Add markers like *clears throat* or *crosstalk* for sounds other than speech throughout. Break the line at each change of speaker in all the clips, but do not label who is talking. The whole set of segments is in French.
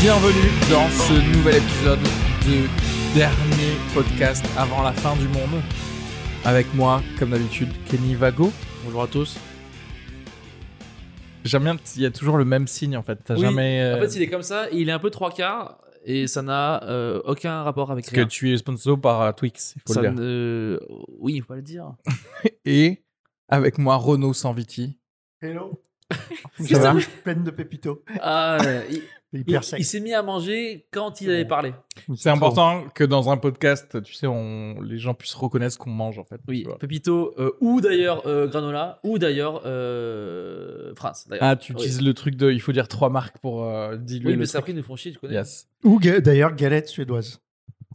Bienvenue dans ce nouvel épisode du dernier podcast avant la fin du monde. Avec moi, comme d'habitude, Kenny Vago.
Bonjour à tous.
J'aime bien, qu'il y a toujours le même signe en fait. T'as
Oui.
jamais. euh,
En fait, il est comme ça, il est un peu trois quarts et ça n'a euh, aucun rapport avec
que
rien.
tu es sponsor par euh, Twix, il faut
Ça
le dire.
ne- Oui, faut pas le dire.
Et avec moi, Renaud Sanviti.
Hello.
Ça va
Une bouche pleine de pépito.
Ah, ouais, il
C'est
il-
*laughs* hyper sec.
il s'est mis à manger quand il avait parlé.
C'est important que dans un podcast, tu sais, on... les gens puissent reconnaître ce qu'on mange en fait.
Oui,
tu vois.
Pepito, euh, ou d'ailleurs euh, Granola, ou d'ailleurs euh, France. d'ailleurs.
Ah, tu
Oui.
utilises le truc de. Il faut dire trois marques pour euh, diluer
Oui,
le
mais ça a
truc.
pris nous font chier, tu connais.
Yes.
Ou ga- d'ailleurs galette suédoise.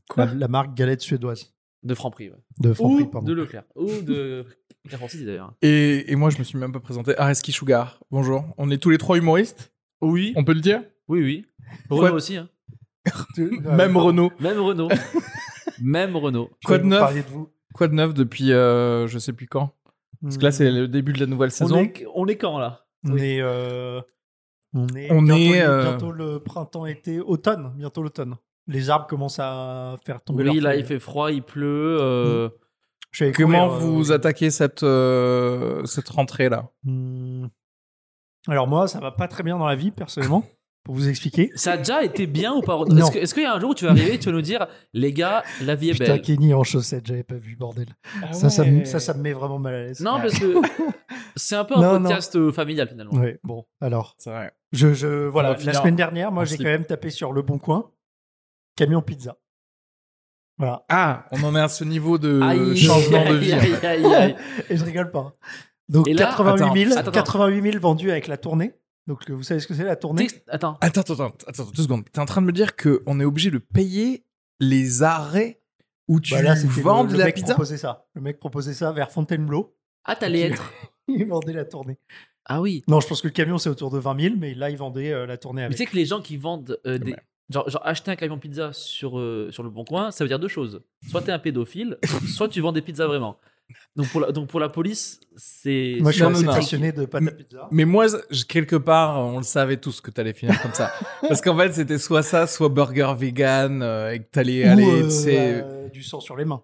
Quoi
la, la marque galette suédoise
De Franprix, ouais.
de Franprix,
ou
pardon.
de Leclerc, ou de Carrefour City d'ailleurs.
Et, et moi, je me suis même pas présenté. Areski Sugar. Bonjour. On est tous les trois humoristes.
Oui,
On peut le dire
oui, oui. Renault
Quoi-
aussi, hein.
De- euh,
Même Renaud. *laughs*
Même Renault. Même Renault.
je
Quoi
vais
de
vous
neuf
parler de vous.
Quoi de neuf depuis euh, je sais plus quand Parce que là, c'est le début de la nouvelle
On
saison.
est, on est quand là
Hmm. On est. euh, on est.
On
bientôt,
est,
le-
euh,
bientôt le printemps, été, automne. Bientôt l'automne. Les arbres commencent à faire tomber
Oui,
leurs
là
feuilles.
il fait froid, il pleut. euh,
Je suis allé
Comment
courir, euh,
vous attaquez cette, euh, cette rentrée-là
hmm. Alors moi, ça va pas très bien dans la vie personnellement. Pour vous expliquer.
Ça a déjà été bien ou pas Renaud
Non.
Est-ce que- est-ce qu'il y a un jour où tu vas arriver et tu vas nous dire, les gars, la
Eh
vie est
Putain,
ben.
belle
Kenny en chaussettes, j'avais pas vu, bordel.
Ah
ça, ça, me- ça, ça me met vraiment mal à l'aise.
Non, parce que c'est un peu un
Non, non.
podcast euh, familial finalement.
Ouais, bon, alors.
C'est vrai.
Je, je-
va
voilà, la
finir
semaine dernière,
en
moi j'ai quand
slip.
même tapé sur Le Bon Coin, camion pizza. Voilà.
Ah, on en est à ce niveau de
Aïe,
changement
*laughs*
de vie.
aïe, aïe, aïe, aïe.
Et je rigole pas. hein. Donc
Et là-
88, 000,
attends, attends.
88 000 vendus avec la tournée. Donc le- vous savez ce que c'est la tournée
Texte- Attends,
Attends, attends, attends, attends, deux secondes. T'es en train de me dire qu'on est obligé de payer les arrêts où tu
Bah là, c'était
vends
le,
de
le
la
mec
pizza
proposait ça. Le mec proposait ça vers Fontainebleau. *laughs*
ah t'allais être.
Il vendait la tournée.
Ah oui.
Non, je pense que le camion c'est autour de 20 000, mais là il vendait euh, la tournée
Mais tu
avec.
sais que les gens qui vendent euh, des.
Ouais.
Genre, genre acheter un camion pizza sur, euh, sur le bon coin, ça veut dire deux choses. Soit t'es un
*laughs*
pédophile, soit tu vends des pizzas vraiment. Donc pour la, donc pour la police, c'est.
Moi je suis
Non, non,
assez
non.
passionné de pâte à pizza.
Mais moi, je- quelque part, euh, on le savait tous que t'allais finir comme *laughs* ça. Parce qu'en fait, c'était soit ça, soit burger vegan, euh, et que t'allais
Ou,
aller,
euh,
tu sais,
euh, du sang sur les mains.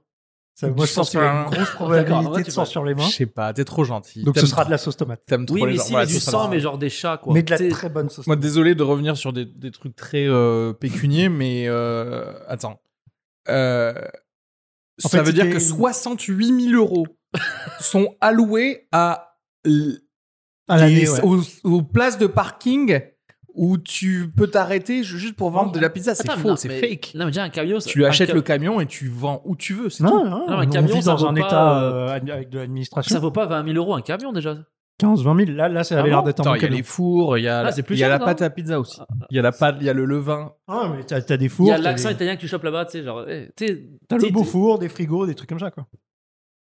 Ça,
Du
moi je
sang
pense qu'il
sur
y
la
a
main.
une grosse
D'accord, moi,
probabilité
tu
de sang
vois.
sur les
je
mains.
sais pas, t'es trop gentil.
Donc ce
T'aimes
sera de
trop-
la sauce tomate.
T'aimes trop
Oui,
les
mais
gens.
si,
Voilà,
mais
ça,
du
ça
sang,
va.
mais genre des chats, quoi.
Mais de la
T'sais,
très bonne sauce.
Moi, désolé de revenir sur des, des trucs très euh, pécuniers, mais euh, attends. Euh,
En
ça
fait,
veut dire
c'était
que
une-
68 000 *laughs* euros sont alloués à, l-
À l'année,
les-
ouais.
aux, aux places de parking où tu peux t'arrêter ju- juste pour vendre de la pizza. C'est
Attends, mais
faux,
non,
c'est
mais-
fake.
Non, mais déjà, un camion.
Tu achètes le
le
camion et tu vends où tu veux, c'est
Non,
tout.
non,
Non, un
on
camion,
vit
ça
dans
vaut
un
pas,
état
euh,
euh, ad- avec de l'administration.
Ça vaut pas 20 000 euros un camion déjà.
15, 20 000. Là, là ça
Ah
avait l'air
bon
d'être un
Attends,
bon
il y a
camion.
les fours, il y a,
Ah,
la-
c'est plus
il y a
cher,
la
non
pâte à pizza aussi.
Ah,
Il y a la pâte, il y a le levain.
Ah, mais t'as t'as des
Il
fours.
y a
t'as
l'accent
des-
italien que tu chopes là-bas, tu sais, genre. eh, tu sais,
T'as
tu-
le beau
tu-
four, des frigos, des trucs comme ça, quoi.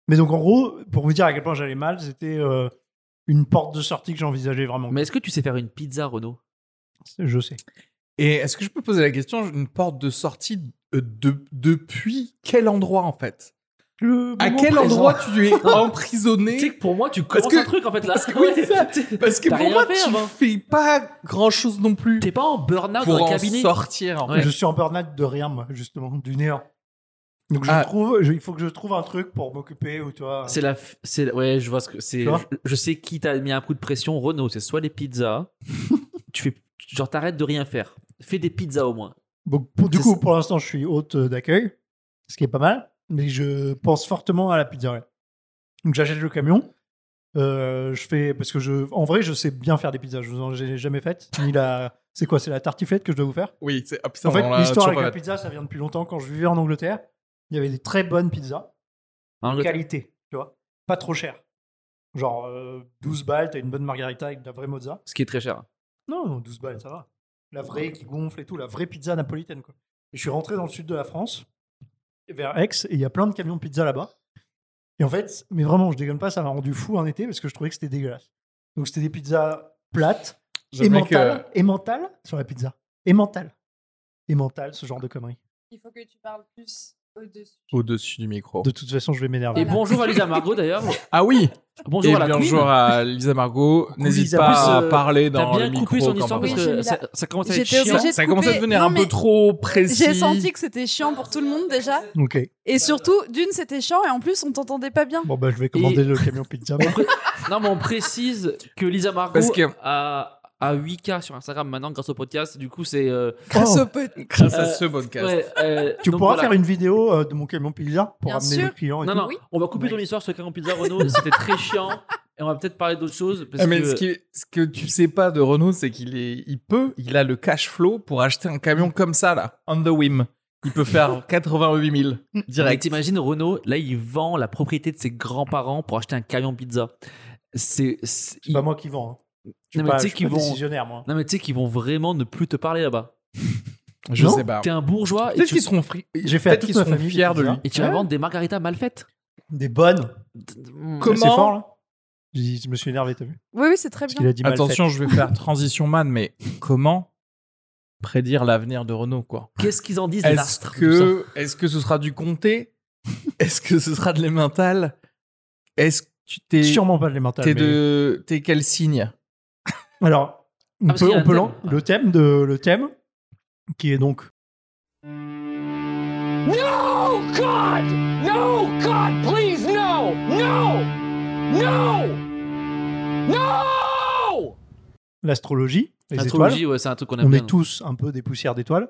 Mais donc, en gros, pour vous dire à quel point j'allais mal, c'était euh, une porte de sortie que j'envisageais vraiment.
Mais est-ce que tu sais faire une pizza, Renault
Je sais.
Et est-ce que je peux poser la question, une porte de sortie euh, de, depuis quel endroit en fait À quel endroit *laughs* tu es
Tu sais
emprisonné
que pour moi, tu commences
que-
un truc en fait là.
parce que oui, c'est ça.
T'sais,
Parce que
t'as
pour
rien
moi,
fait
tu
avant.
fais pas grand chose non plus
T'es pas en burn-out
pour
dans un
en
cabinet.
sortir. En fait.
Ouais.
Je suis en burn-out de rien, moi, justement, du néant. Donc, je
Ah.
trouve, je- il faut que je trouve un truc pour m'occuper ou toi. euh,
C'est la. f- c'est- Ouais, je vois ce que. c'est.
Tu
Je,
vois
je sais qui t'a mis un coup de pression, Renault. C'est soit
*laughs*
les pizzas. tu fais. Genre, t'arrêtes de rien faire. Fais des pizzas au moins.
Donc, pour- du
C'est
coup,
ça.
pour l'instant, je suis hôte euh, d'accueil, ce qui est pas mal, mais je pense fortement à la pizzeria. Donc, j'achète le camion. euh, je fais parce que je, en vrai, je sais bien faire des pizzas. Je vous en ai jamais faites. Ni la, c'est quoi, c'est la tartiflette que je dois vous faire.
Oui, c'est ah, putain,
En fait,
on l'a
l'histoire
toujours
avec
pas
la pizza, ça vient depuis longtemps. Quand je vivais en Angleterre, il y avait des très bonnes pizzas,
En
de
Angleterre.
qualité, tu vois, pas trop chères. Genre euh, 12 balles, t'as une bonne margarita avec de la vraie mozza.
Ce qui est très cher.
Non, non, 12 balles, ça va. La vraie qui gonfle et tout, la vraie pizza napolitaine. Quoi. Et je suis rentré dans le sud de la France, vers Aix, et il y a plein de camions de pizza là-bas. Et en fait, mais vraiment, je déconne pas, ça m'a rendu fou un été parce que je trouvais que c'était dégueulasse. Donc c'était des pizzas plates,
J'aimerais
et mentales, sur la pizza. Et mentales. et mentale, ce genre de conneries.
Il faut que tu parles plus au-dessus.
Au-dessus du micro.
De toute façon, je vais m'énerver.
Et
Voilà.
bonjour à Lisa Margot d'ailleurs.
Ah oui
Bonjour
Et
à la Queen.
bonjour à Lisa Margot. N'hésite
Lisa.
pas
En plus,
à
euh,
parler dans
T'as bien
le micro.
coupé son
quand
histoire
même.
parce
Oui, j'ai
que
mis
ça, ça commence à être
J'étais
chiant.
obligée- J'ai
Ça commence à
coupé.
devenir
Non,
un peu
mais
trop précis.
J'ai senti que c'était chiant pour tout le monde déjà.
Ok.
Et surtout, d'une, c'était chiant et en plus, on t'entendait pas bien.
Bon, bah, je vais commander
Et-
le camion pizza.
On pré- non, mais on précise que Lisa Margot
Parce que-
a, a 8K sur Instagram maintenant grâce au podcast. Du coup, c'est. euh,
Grâce
Oh.
au pote.
Grâce à
Euh,
ce podcast.
ouais, euh,
Tu
donc
pourras
voilà.
faire une vidéo euh, de mon camion pizza pour
Bien
amener
sûr.
le client. Et
Non,
tout.
non,
Oui.
on va couper ton histoire sur Caron Pizza Renault. C'était très chiant. Et on va peut-être parler d'autre chose. Parce
Ah, mais
que...
ce, qui- ce que tu sais pas de Renault, c'est qu'il est, il peut, il a le cash flow pour acheter un camion comme ça là, on the whim. Il peut
*laughs*
faire 88 000
Mais
direct.
T'imagines, Renault, là, il vend la propriété de ses grands-parents pour acheter un camion pizza. C'est. c'est-
C'est pas moi qui vends. hein. Je
Non,
suis
mais
pas,
tu sais
je suis
qu'ils
pas
vont-
décisionnaire, moi.
Non, mais tu sais qu'ils vont vraiment ne plus te parler là-bas.
Je
Non.
sais pas.
T'es un bourgeois et
Peut-être
tu,
qu'ils seront, fri-
J'ai hein, fait à
peut-être
toute
qu'ils
ma
seront
famille.
fiers
des
de lui.
pizzas.
et tu vas vendre des margaritas mal faites.
Des bonnes.
Comment-
C'est fort, là J'ai dit- Je me suis énervé, t'as vu
Oui, oui, c'est très
Parce
bien.
qu'il a dit mal
Attention, je vais faire transition man, mais comment prédire l'avenir de Renault quoi
Qu'est-ce qu'ils en disent, les
Est-ce
astres tout ça
que, est-ce que ce sera du comté *laughs* Est-ce que ce sera de l'emmental Est-ce que tu t'es,
fait. Sûrement pas de l'émental.
t'es
mais-
de, t'es quel signe
Alors, on
Ah, parce
peut,
qu'il y a
on
un
peut
thème.
lan- le thème de le thème qui est donc
No, God! No, God, please, no! No! No! No!
l'astrologie, les étoiles.
L'astrologie, ouais, c'est un truc qu'on aime
on
bien.
est tous un peu des poussières d'étoiles.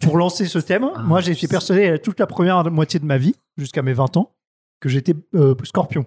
Pour lancer ce thème,
Ah,
moi j'ai été persuadé euh, toute la première moitié de ma vie, jusqu'à mes 20 ans, que j'étais euh, scorpion.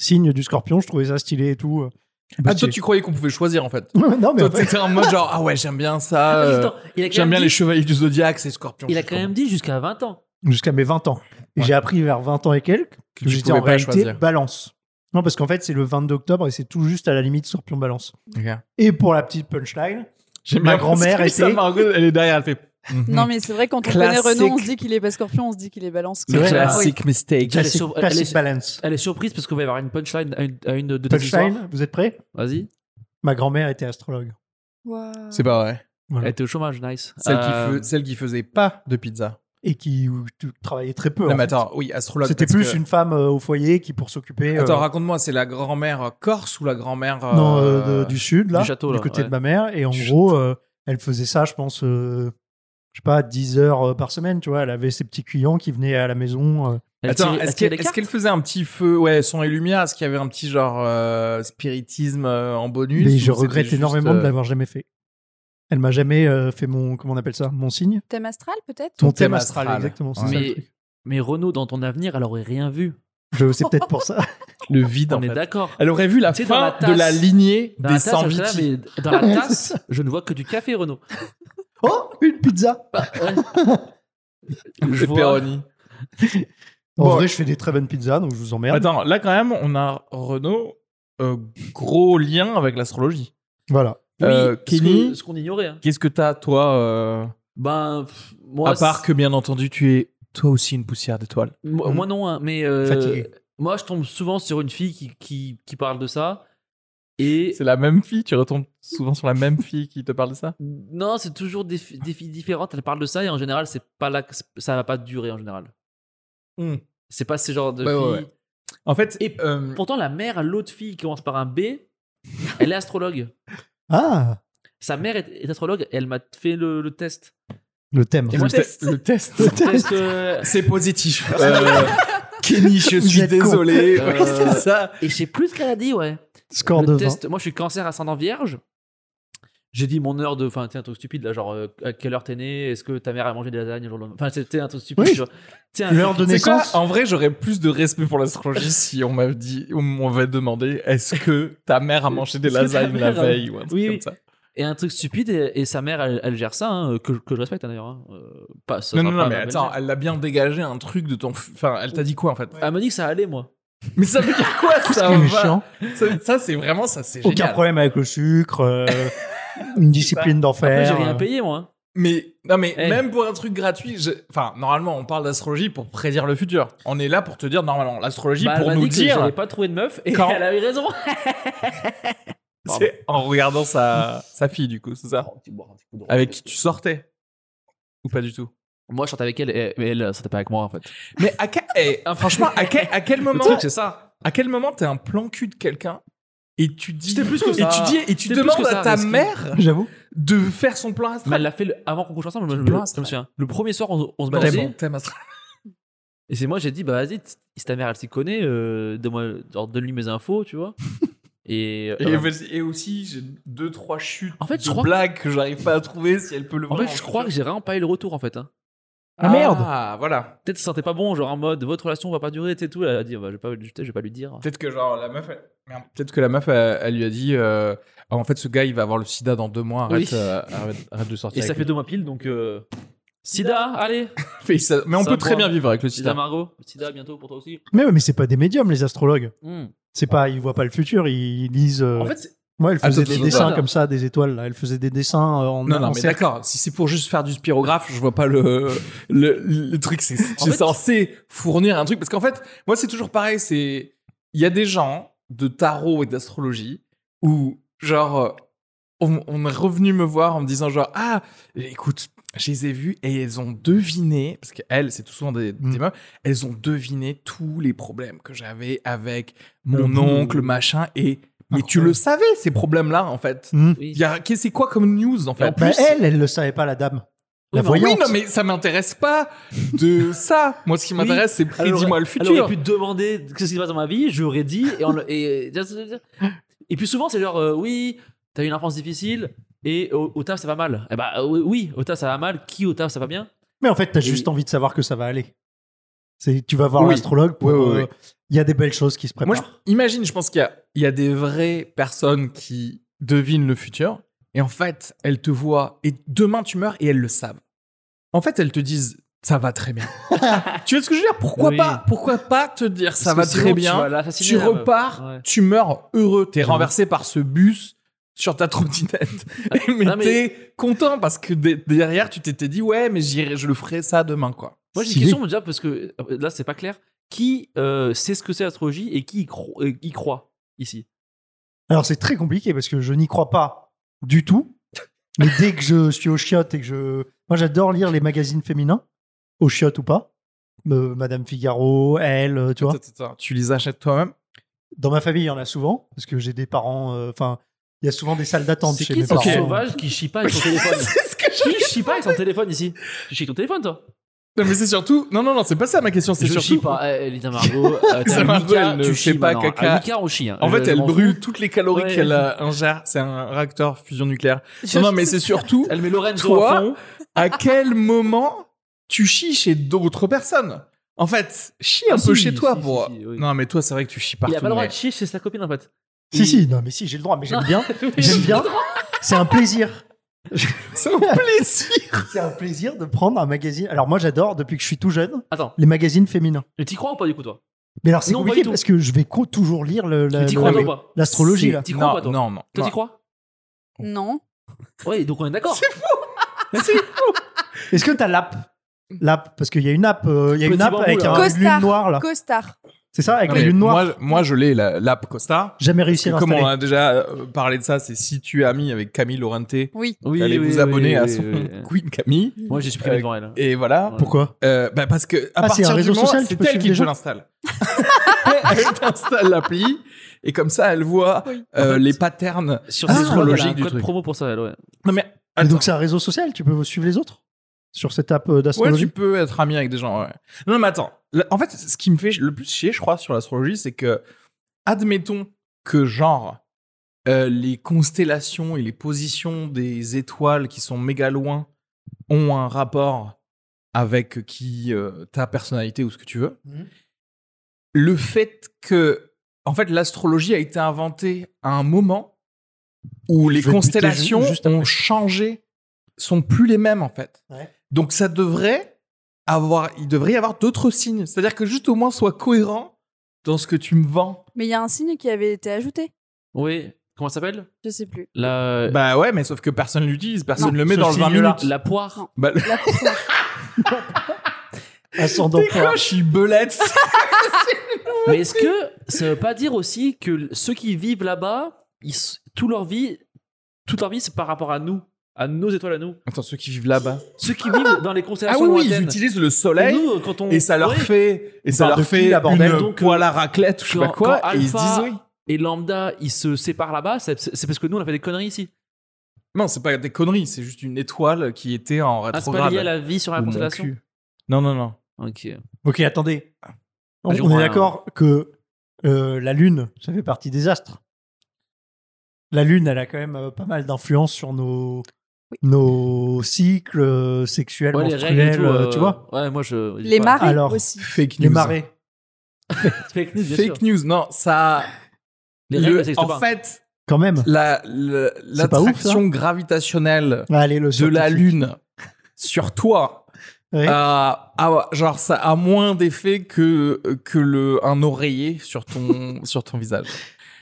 Signe du scorpion, je trouvais ça stylé et tout. euh,
Ah, toi,
stylé.
tu croyais qu'on pouvait choisir en fait
*laughs* non, mais
Toi,
en fait,
t'étais en mode genre, ah ouais, j'aime bien ça.
Mais
euh,
*laughs* attends, il a quand
j'aime
même
bien
dit-
les chevaliers du zodiaque, c'est scorpion.
Il a
je
quand
sais
même dit jusqu'à 20 ans.
jusqu'à mes 20 ans. Et
Ouais.
j'ai appris vers 20 ans et quelques
Que
que,
tu
j'étais
pouvais
en
pas
réalité
choisir.
balance. Non, parce qu'en fait, c'est le 22 octobre et c'est tout juste à la limite scorpion-balance.
pas. Ok.
Et pour la petite punchline,
J'aime
Ma
bien parce
grand-mère
que
était-
ça, Margot, elle est derrière, elle fait.
Non, mais c'est vrai, quand on
Classique.
connaît Renaud, on se dit qu'il est pas scorpion, on se dit qu'il est balance.
C'est vrai,
Ah oui.
Classic mistake.
Elle est
classique,
sur- elle est
classique
sur-
balance.
Elle est surprise parce qu'on va y avoir une punchline à une, à une de tes histoires.
Punchline, vous êtes prêts
Vas-y.
Ma grand-mère était astrologue.
Wow.
C'est pas vrai.
Elle était au chômage, nice.
Celle,
Euh,
qui fe- celle qui faisait pas de pizza.
et qui ou- tu travaillais très peu.
non,
en
mais
fait.
attends, oui, astrologue.
C'était
parce
plus
que-
une femme euh, au foyer qui pour s'occuper. euh,
Attends, raconte-moi, c'est la grand-mère euh, corse ou la grand-mère. euh,
non, euh, de- du sud, là,
du château, là,
côté
ouais.
de ma mère. Et en
Du
gros, euh, elle faisait ça, je pense, euh, je sais pas, 10 heures euh, par semaine, tu vois. Elle avait ses petits clients qui venaient à la maison. euh.
elle
Attends,
tirait- elle
est-ce
tirait
qu'elle
les
est-ce
cartes
qu'elle faisait un petit feu, ouais, son et lumière Est-ce qu'il y avait un petit genre euh, spiritisme euh, en bonus
mais
ou
je
c'était
regrette
juste,
énormément de
euh,
l'avoir jamais fait. Elle m'a jamais euh, fait mon, comment on appelle ça, mon signe
Thème astral, peut-être
Ton
Mon
thème astral.
exactement. c'est
Ouais.
ça le
Mais-
truc.
Mais Renaud, dans ton avenir, elle aurait rien vu.
Je- C'est peut-être
*laughs*
pour ça.
Le vide, en
On est
fait.
d'accord.
Elle aurait vu la
Tu sais,
fin
dans la tasse-
de la lignée
Dans
des
la tasse, elle serait là,
Sanviti. *laughs*
mais dans la
Ouais,
tasse, je ne vois que du café, Renaud.
Oh, une pizza
Bah, ouais.
Le
je vois.
pepperoni.
En
Bon.
vrai, je fais des très bonnes pizzas, donc je vous emmerde.
Attends, là quand même, on a Renault, euh, gros lien avec l'astrologie.
Voilà.
Oui,
Euh,
ce que-
Kenny-
ce qu'on ignorait. hein.
Qu'est-ce que t'as, toi euh,
Ben, pff, moi,
À part que, bien entendu, tu es toi aussi une poussière d'étoiles.
c'est- moi, moi non, hein, mais euh,
Fatigué.
moi, je tombe souvent sur une fille qui, qui, qui parle de ça. Et
C'est la même fille, tu retombes souvent sur la même fille qui te parle de ça
non, c'est toujours des, fi- des filles différentes. Elles parlent de ça et en général, c'est pas là, que- ça va pas durer en général. C'est pas ce genre de
Mmh. Ouais, ouais,
fille.
ouais. En fait,
Et
euh,
Pourtant, la mère, l'autre fille qui commence par un B, elle est astrologue.
Ah,
Sa mère est, est astrologue, elle m'a fait le, le test.
le thème.
Et moi,
le,
je teste.
te- le
*laughs*
test,
Le test, euh,
c'est positif. *laughs* Euh, Kenny, je
Vous
suis
êtes con.
désolé.
Euh,
Oui, c'est ça.
et je sais plus ce qu'elle a dit, ouais.
Score de
le
20.
test, moi je suis cancer ascendant vierge. J'ai dit mon heure de. Enfin, tu sais, un truc stupide là, genre euh, à quelle heure t'es né Est-ce que ta mère a mangé des lasagnes le jour de- Enfin, c'était un truc stupide.
Oui.
tu vois. Tu sais, un
L'heure
truc-
de
C'est quoi
Oh,
naissance
En vrai, j'aurais plus de respect pour l'astrologie si on m'avait dit, on m'avait demandé, est-ce que ta mère a mangé des
Est-ce que ta
lasagnes la
mère a-
veille ou un truc
Oui,
comme
oui.
ça
Et un truc stupide, et, et sa mère, elle, elle gère ça, hein, que, que je respecte hein, d'ailleurs. hein. Euh, pas- ça
Non,
sera
non, non,
pas
mais
ma
attends,
belle-mère.
elle a bien dégagé un truc de ton. f- Enfin, elle t'a dit quoi en fait
Elle m'a dit que ça allait, moi.
Mais ça veut dire quoi ça
C'est
va
méchant.
Ça, ça, c'est vraiment ça, c'est
Aucun
génial.
problème avec le sucre,
*laughs*
euh, une discipline
Après, j'ai
d'enfer.
rien payé, moi. hein.
Mais non, mais
Eh.
même pour un truc gratuit, je- enfin, normalement, on parle d'astrologie pour prédire le futur. On est là pour te dire normalement l'astrologie
Bah, elle
pour
m'a
nous
dit que
dire.
j'avais pas trouvé de meuf, et
Quand-
elle a eu raison.
Ah, C'est en regardant sa sa fille du coup, c'est ça, avec qui tu sortais. Ou pas du tout
Moi, je sortais avec elle, et- mais elle, euh, sortait pas avec moi, en fait.
*laughs* Mais à quel- eh, hein, franchement, à quel, à quel
Le
moment,
truc, c'est ça.
à quel moment t'es un plan cul de quelqu'un et tu dis,
C'était plus que
et
ça.
tu dis, et tu
C'était plus
demandes
que ça,
à ta
Risky.
mère
J'avoue.
de faire son plan astral.
Mais elle l'a fait le- avant qu'on couche ensemble. Moi, je,
Plan
je me souviens. Le premier soir, on, on se
Bah, t'aimes-
balançait.
t'aimes astral.
Et c'est moi, j'ai dit, bah vas-y, t- si ta mère, elle s'y connaît, euh, donne-moi- genre, donne-lui mes infos, tu *laughs* vois. Et,
Et,
euh,
vas-y, et aussi, j'ai deux, trois chutes
En fait, je
de
crois-
blagues que j'arrive pas à trouver si elle peut le
en
voir.
fait, je crois que j'ai vraiment pas eu le retour, en fait. hein.
Ah, merde
Ah, voilà.
Peut-être qu'elle se sentait pas bon, genre en mode, votre relation va pas durer, tu sais, tout. Elle a dit, bah, je, vais pas, je sais, je vais pas lui dire.
Peut-être que genre la meuf, elle... merde. peut-être que la meuf, elle, elle lui a dit, euh, Ah, en fait, ce gars, il va avoir le sida dans deux mois. Arrête,
Oui.
euh, arrête, arrête de sortir.
Et ça
avec
fait deux mois pile, donc. euh, Sida, allez
lui. Et ça- Mais on
Ça
peut très
va.
bien vivre avec le
Sida
sida.
Margot, Sida bientôt pour toi aussi.
Mais, ouais, mais c'est pas des médiums, les astrologues.
Hmm.
C'est pas, ils voient pas le futur, ils lisent. euh,
En fait, c'est-
Moi, elle
Attends,
faisait
Ah, tu
des
veux
dessins
pas-
comme ça, des étoiles. Là. Elle faisait des dessins euh, en
Non,
en
non, mais
cercle.
d'accord. Si c'est pour juste faire du spirographe, je vois pas le, le, le truc. C'est c'est
En fait-
censé fournir un truc. Parce qu'en fait, moi, c'est toujours pareil. C'est, il y a des gens de tarot et d'astrologie où, genre, euh, on, on est revenu me voir en me disant, genre, ah, écoute, je les ai vues et elles ont deviné, parce qu'elles, c'est tout souvent des, des
Mm.
meufs, elles ont deviné tous les problèmes que j'avais avec mon
Le-
oncle, machin, et, mais tu le savais, ces problèmes-là, en fait.
Hmm.
oui.
Il y a- qu'est- C'est quoi comme news, en fait?
en
Bah,
plus-
elle, elle le savait pas, la dame.
Oui, mais-
La voyante.
Oui, non, mais ça m'intéresse pas de ça. Moi, ce qui m'intéresse, c'est
Elle aurait-
prédis-moi le
elle
futur.
aurait pu demander ce qui se passe dans ma vie, j'aurais dit. Et, on- et, et puis souvent, c'est genre, euh, oui, t'as eu une enfance difficile et au, au taf, ça va mal. Eh bah, euh, oui, au taf, ça va mal. Qui au taf, ça va bien
Mais en fait, t'as
Et-
juste envie de savoir que ça va aller. C'est, tu vas voir
Oui.
l'astrologue pour.
Oui, oui, oui.
euh, Il y a des belles choses qui se
Euh, Moi,
préparent.
je- imagine, je pense qu'il y a- il y, a des vraies personnes qui devinent le futur. Et en fait, elles te voient. Et demain, tu meurs et elles le savent. En fait, elles te disent. Ça va très bien.
*laughs*
tu vois ce que je veux dire Pourquoi
Oui.
pas Pourquoi pas te dire ça
Parce
va
que sinon,
très
Tu, vas
bien
l'assassiner,
Tu
la meuf.
repars,
Ouais.
tu meurs heureux, t'es
J'avoue.
renversé par ce bus sur ta
*laughs*
trottinette. mais
Ah, non, mais-
t'es content parce que de- derrière, tu t'étais dit ouais, mais j'irai, je le ferai ça demain quoi.
Moi, j'ai une
Stylé.
question déjà parce que euh, là, c'est pas clair. Qui euh, sait ce que c'est l'astrologie et qui y, cro- euh, y croit ici
Alors, c'est très compliqué parce que je n'y crois pas du tout. Mais dès que je suis au chiottes et que je. Moi, j'adore lire les magazines féminins, au chiottes ou pas. Euh, Madame Figaro, elle, euh, tu vois.
Attends, attends, tu les achètes toi-même *laughs*
Dans ma famille, il y en a souvent parce que j'ai des parents. euh, Enfin, il y a souvent des salles d'attente
C'est
chez
qui
mes
ce
parents.
sauvage qui chie pas avec son
*laughs*
téléphone
C'est ce que je-
Qui chie pas avec son téléphone ici Tu chies ton téléphone, toi
Non mais c'est surtout. Non non non, c'est pas ça ma question. C'est
Je
surtout.
chie pas. Eh, Elisa Margot,
*laughs*
euh,
Elisa
t'as
Margot,
Mika,
elle ne
tu
fait
chies
pas
maintenant.
caca.
Ah, Mika, on chie. hein.
En
Je-
fait,
je
elle
m'en fous.
brûle toutes les calories
Ouais.
qu'elle euh, ingère. C'est un réacteur fusion nucléaire. Non, non, mais c'est surtout.
Elle met Lorenzo à
toi,
fond.
à quel moment tu chies chez d'autres personnes En fait, chie un
Ah,
peu
si,
chez toi
si,
pour.
si, si, oui.
Non, mais toi, c'est vrai que tu chies partout.
Il a pas le droit
mais-
de chier chez sa copine en fait.
Si, si, non, mais si, j'ai le droit, mais j'aime bien. J'aime bien.
*laughs*
C'est un plaisir.
*laughs* C'est un plaisir.
C'est un plaisir de prendre un magazine. Alors, moi, j'adore, depuis que je suis tout jeune,
Attends,
les magazines féminins.
mais t'y crois ou pas du coup toi
Mais alors, c'est
Non, pas
compliqué
du tout.
parce que je vais co- toujours lire le- la-
Tu t'y
le-
crois
non,
toi, ou
mais-
pas
l'astrologie, là.
T'y crois
Euh, Non,
pas, toi
Non, non.
Toi
non.
t'y crois
Non.
Oui, donc on est d'accord.
*laughs* Est-ce que t'as l'app L'app, parce qu'il y a une app, euh, il y a une
Petit
app
bambou,
avec
là.
un
Costard.
lune noire, là.
Costard.
C'est ça, avec
Non,
la
mais
lune noire.
Moi, je- moi, je l'ai, la- l'app Costa.
Jamais réussi à
Comme
l'installer.
on a déjà euh, parlé de ça, c'est si tu es ami avec Camille Laurenté,
Oui.
Oui,
allez
oui,
vous
oui,
abonner
oui,
à
oui,
son
oui, oui.
*laughs* Queen Camille.
Moi j'ai supprimé
Euh,
devant elle.
Et voilà.
Ouais.
Pourquoi
Euh, bah parce que à
Ah, c'est
partir
un
du
réseau
moment,
social, tu
c'est
peux
elle
suivre
qui
des
te
gens.
l'installe. *laughs* elle t'installe l'appli et comme ça elle voit
Oui.
euh,
En fait,
les patterns.
Sur
Ah,
ses
astrologique
astrologiques
du
du code
truc.
promo pour ça, elle, ouais.
Non mais
Et
attends.
Donc, c'est un réseau social, tu peux suivre les autres sur cette app euh,
ouais,
d'astrologie.
tu peux être ami avec des gens. ouais. Non mais attends. La- En fait, ce qui me fait le plus chier, je crois, sur l'astrologie, c'est que admettons que genre euh, les constellations et les positions des étoiles qui sont méga loin ont un rapport avec qui euh, ta personnalité ou ce que tu veux.
Mhm.
Le fait que, en fait, l'astrologie a été inventée à un moment où les
Je vais te buter
constellations
ju- juste
ont changé, sont plus les mêmes en fait.
Ouais.
Donc ça devrait avoir, il devrait y avoir d'autres signes. C'est-à-dire que juste au moins soit cohérent dans ce que tu me vends.
Mais il y a un signe qui avait été ajouté.
Oui, comment ça s'appelle
Je sais plus.
La
Bah ouais, mais sauf que personne l'utilise, personne
Non,
le met
ce
dans le 20
signe-là.
minutes.
la poire.
Non.
Bah, le-
La
Ascendant
Ah, je suis
*laughs*
belette.
Mais est-ce que ça veut pas dire aussi que ceux qui vivent là-bas, ils s- toute leur vie, toute leur vie c'est par rapport à nous à nos étoiles à nous.
Attends, ceux qui vivent là-bas.
Ceux qui vivent dans les
Ah
constellations
oui, oui, ils
lointaines.
utilisent le
Et
soleil
nous, quand on
et ça leur
Ouais.
fait et ça
Barre
leur
de
fait
fil, la bordel.
une
Donc,
poêle à raclette, je sais
quand-
pas quoi,
quand
et ils se
Alpha-
disent oui.
et lambda, ils se séparent là-bas, c'est c'est parce que nous on a fait des conneries ici.
Non, c'est pas des conneries, c'est juste une étoile qui était en
Ah, c'est pas
rétrograde.
lié à la vie sur la
Ou mon
constellation.
cul. Non, non, non.
Ok.
Ok, attendez. On,
Vas-y,
on
on
est
a-
d'accord que euh, la Lune, ça fait partie des astres. La Lune, elle a quand même euh, pas mal d'influence sur nos, nos cycles euh, sexuels,
Ouais, les règles et
menstruels,
tout,
euh,
euh,
tu vois
Ouais, moi je. j'ai
Les
pas-
marées
Alors,
aussi.
Fake news.
Les marées.
Fake news, bien sûr.
Fake news. Non, ça.
Les
le-
règles, ça existe
en
pas. *laughs*
fait,
Quand même.
la- le-
C'est pas ouf,
l'attraction gravitationnelle
Allez, le
de la
*laughs*
scientifique.
Lune sur toi, euh,
Ouais.
ah ouais, genre ça a moins d'effet que que le un oreiller sur ton sur ton visage.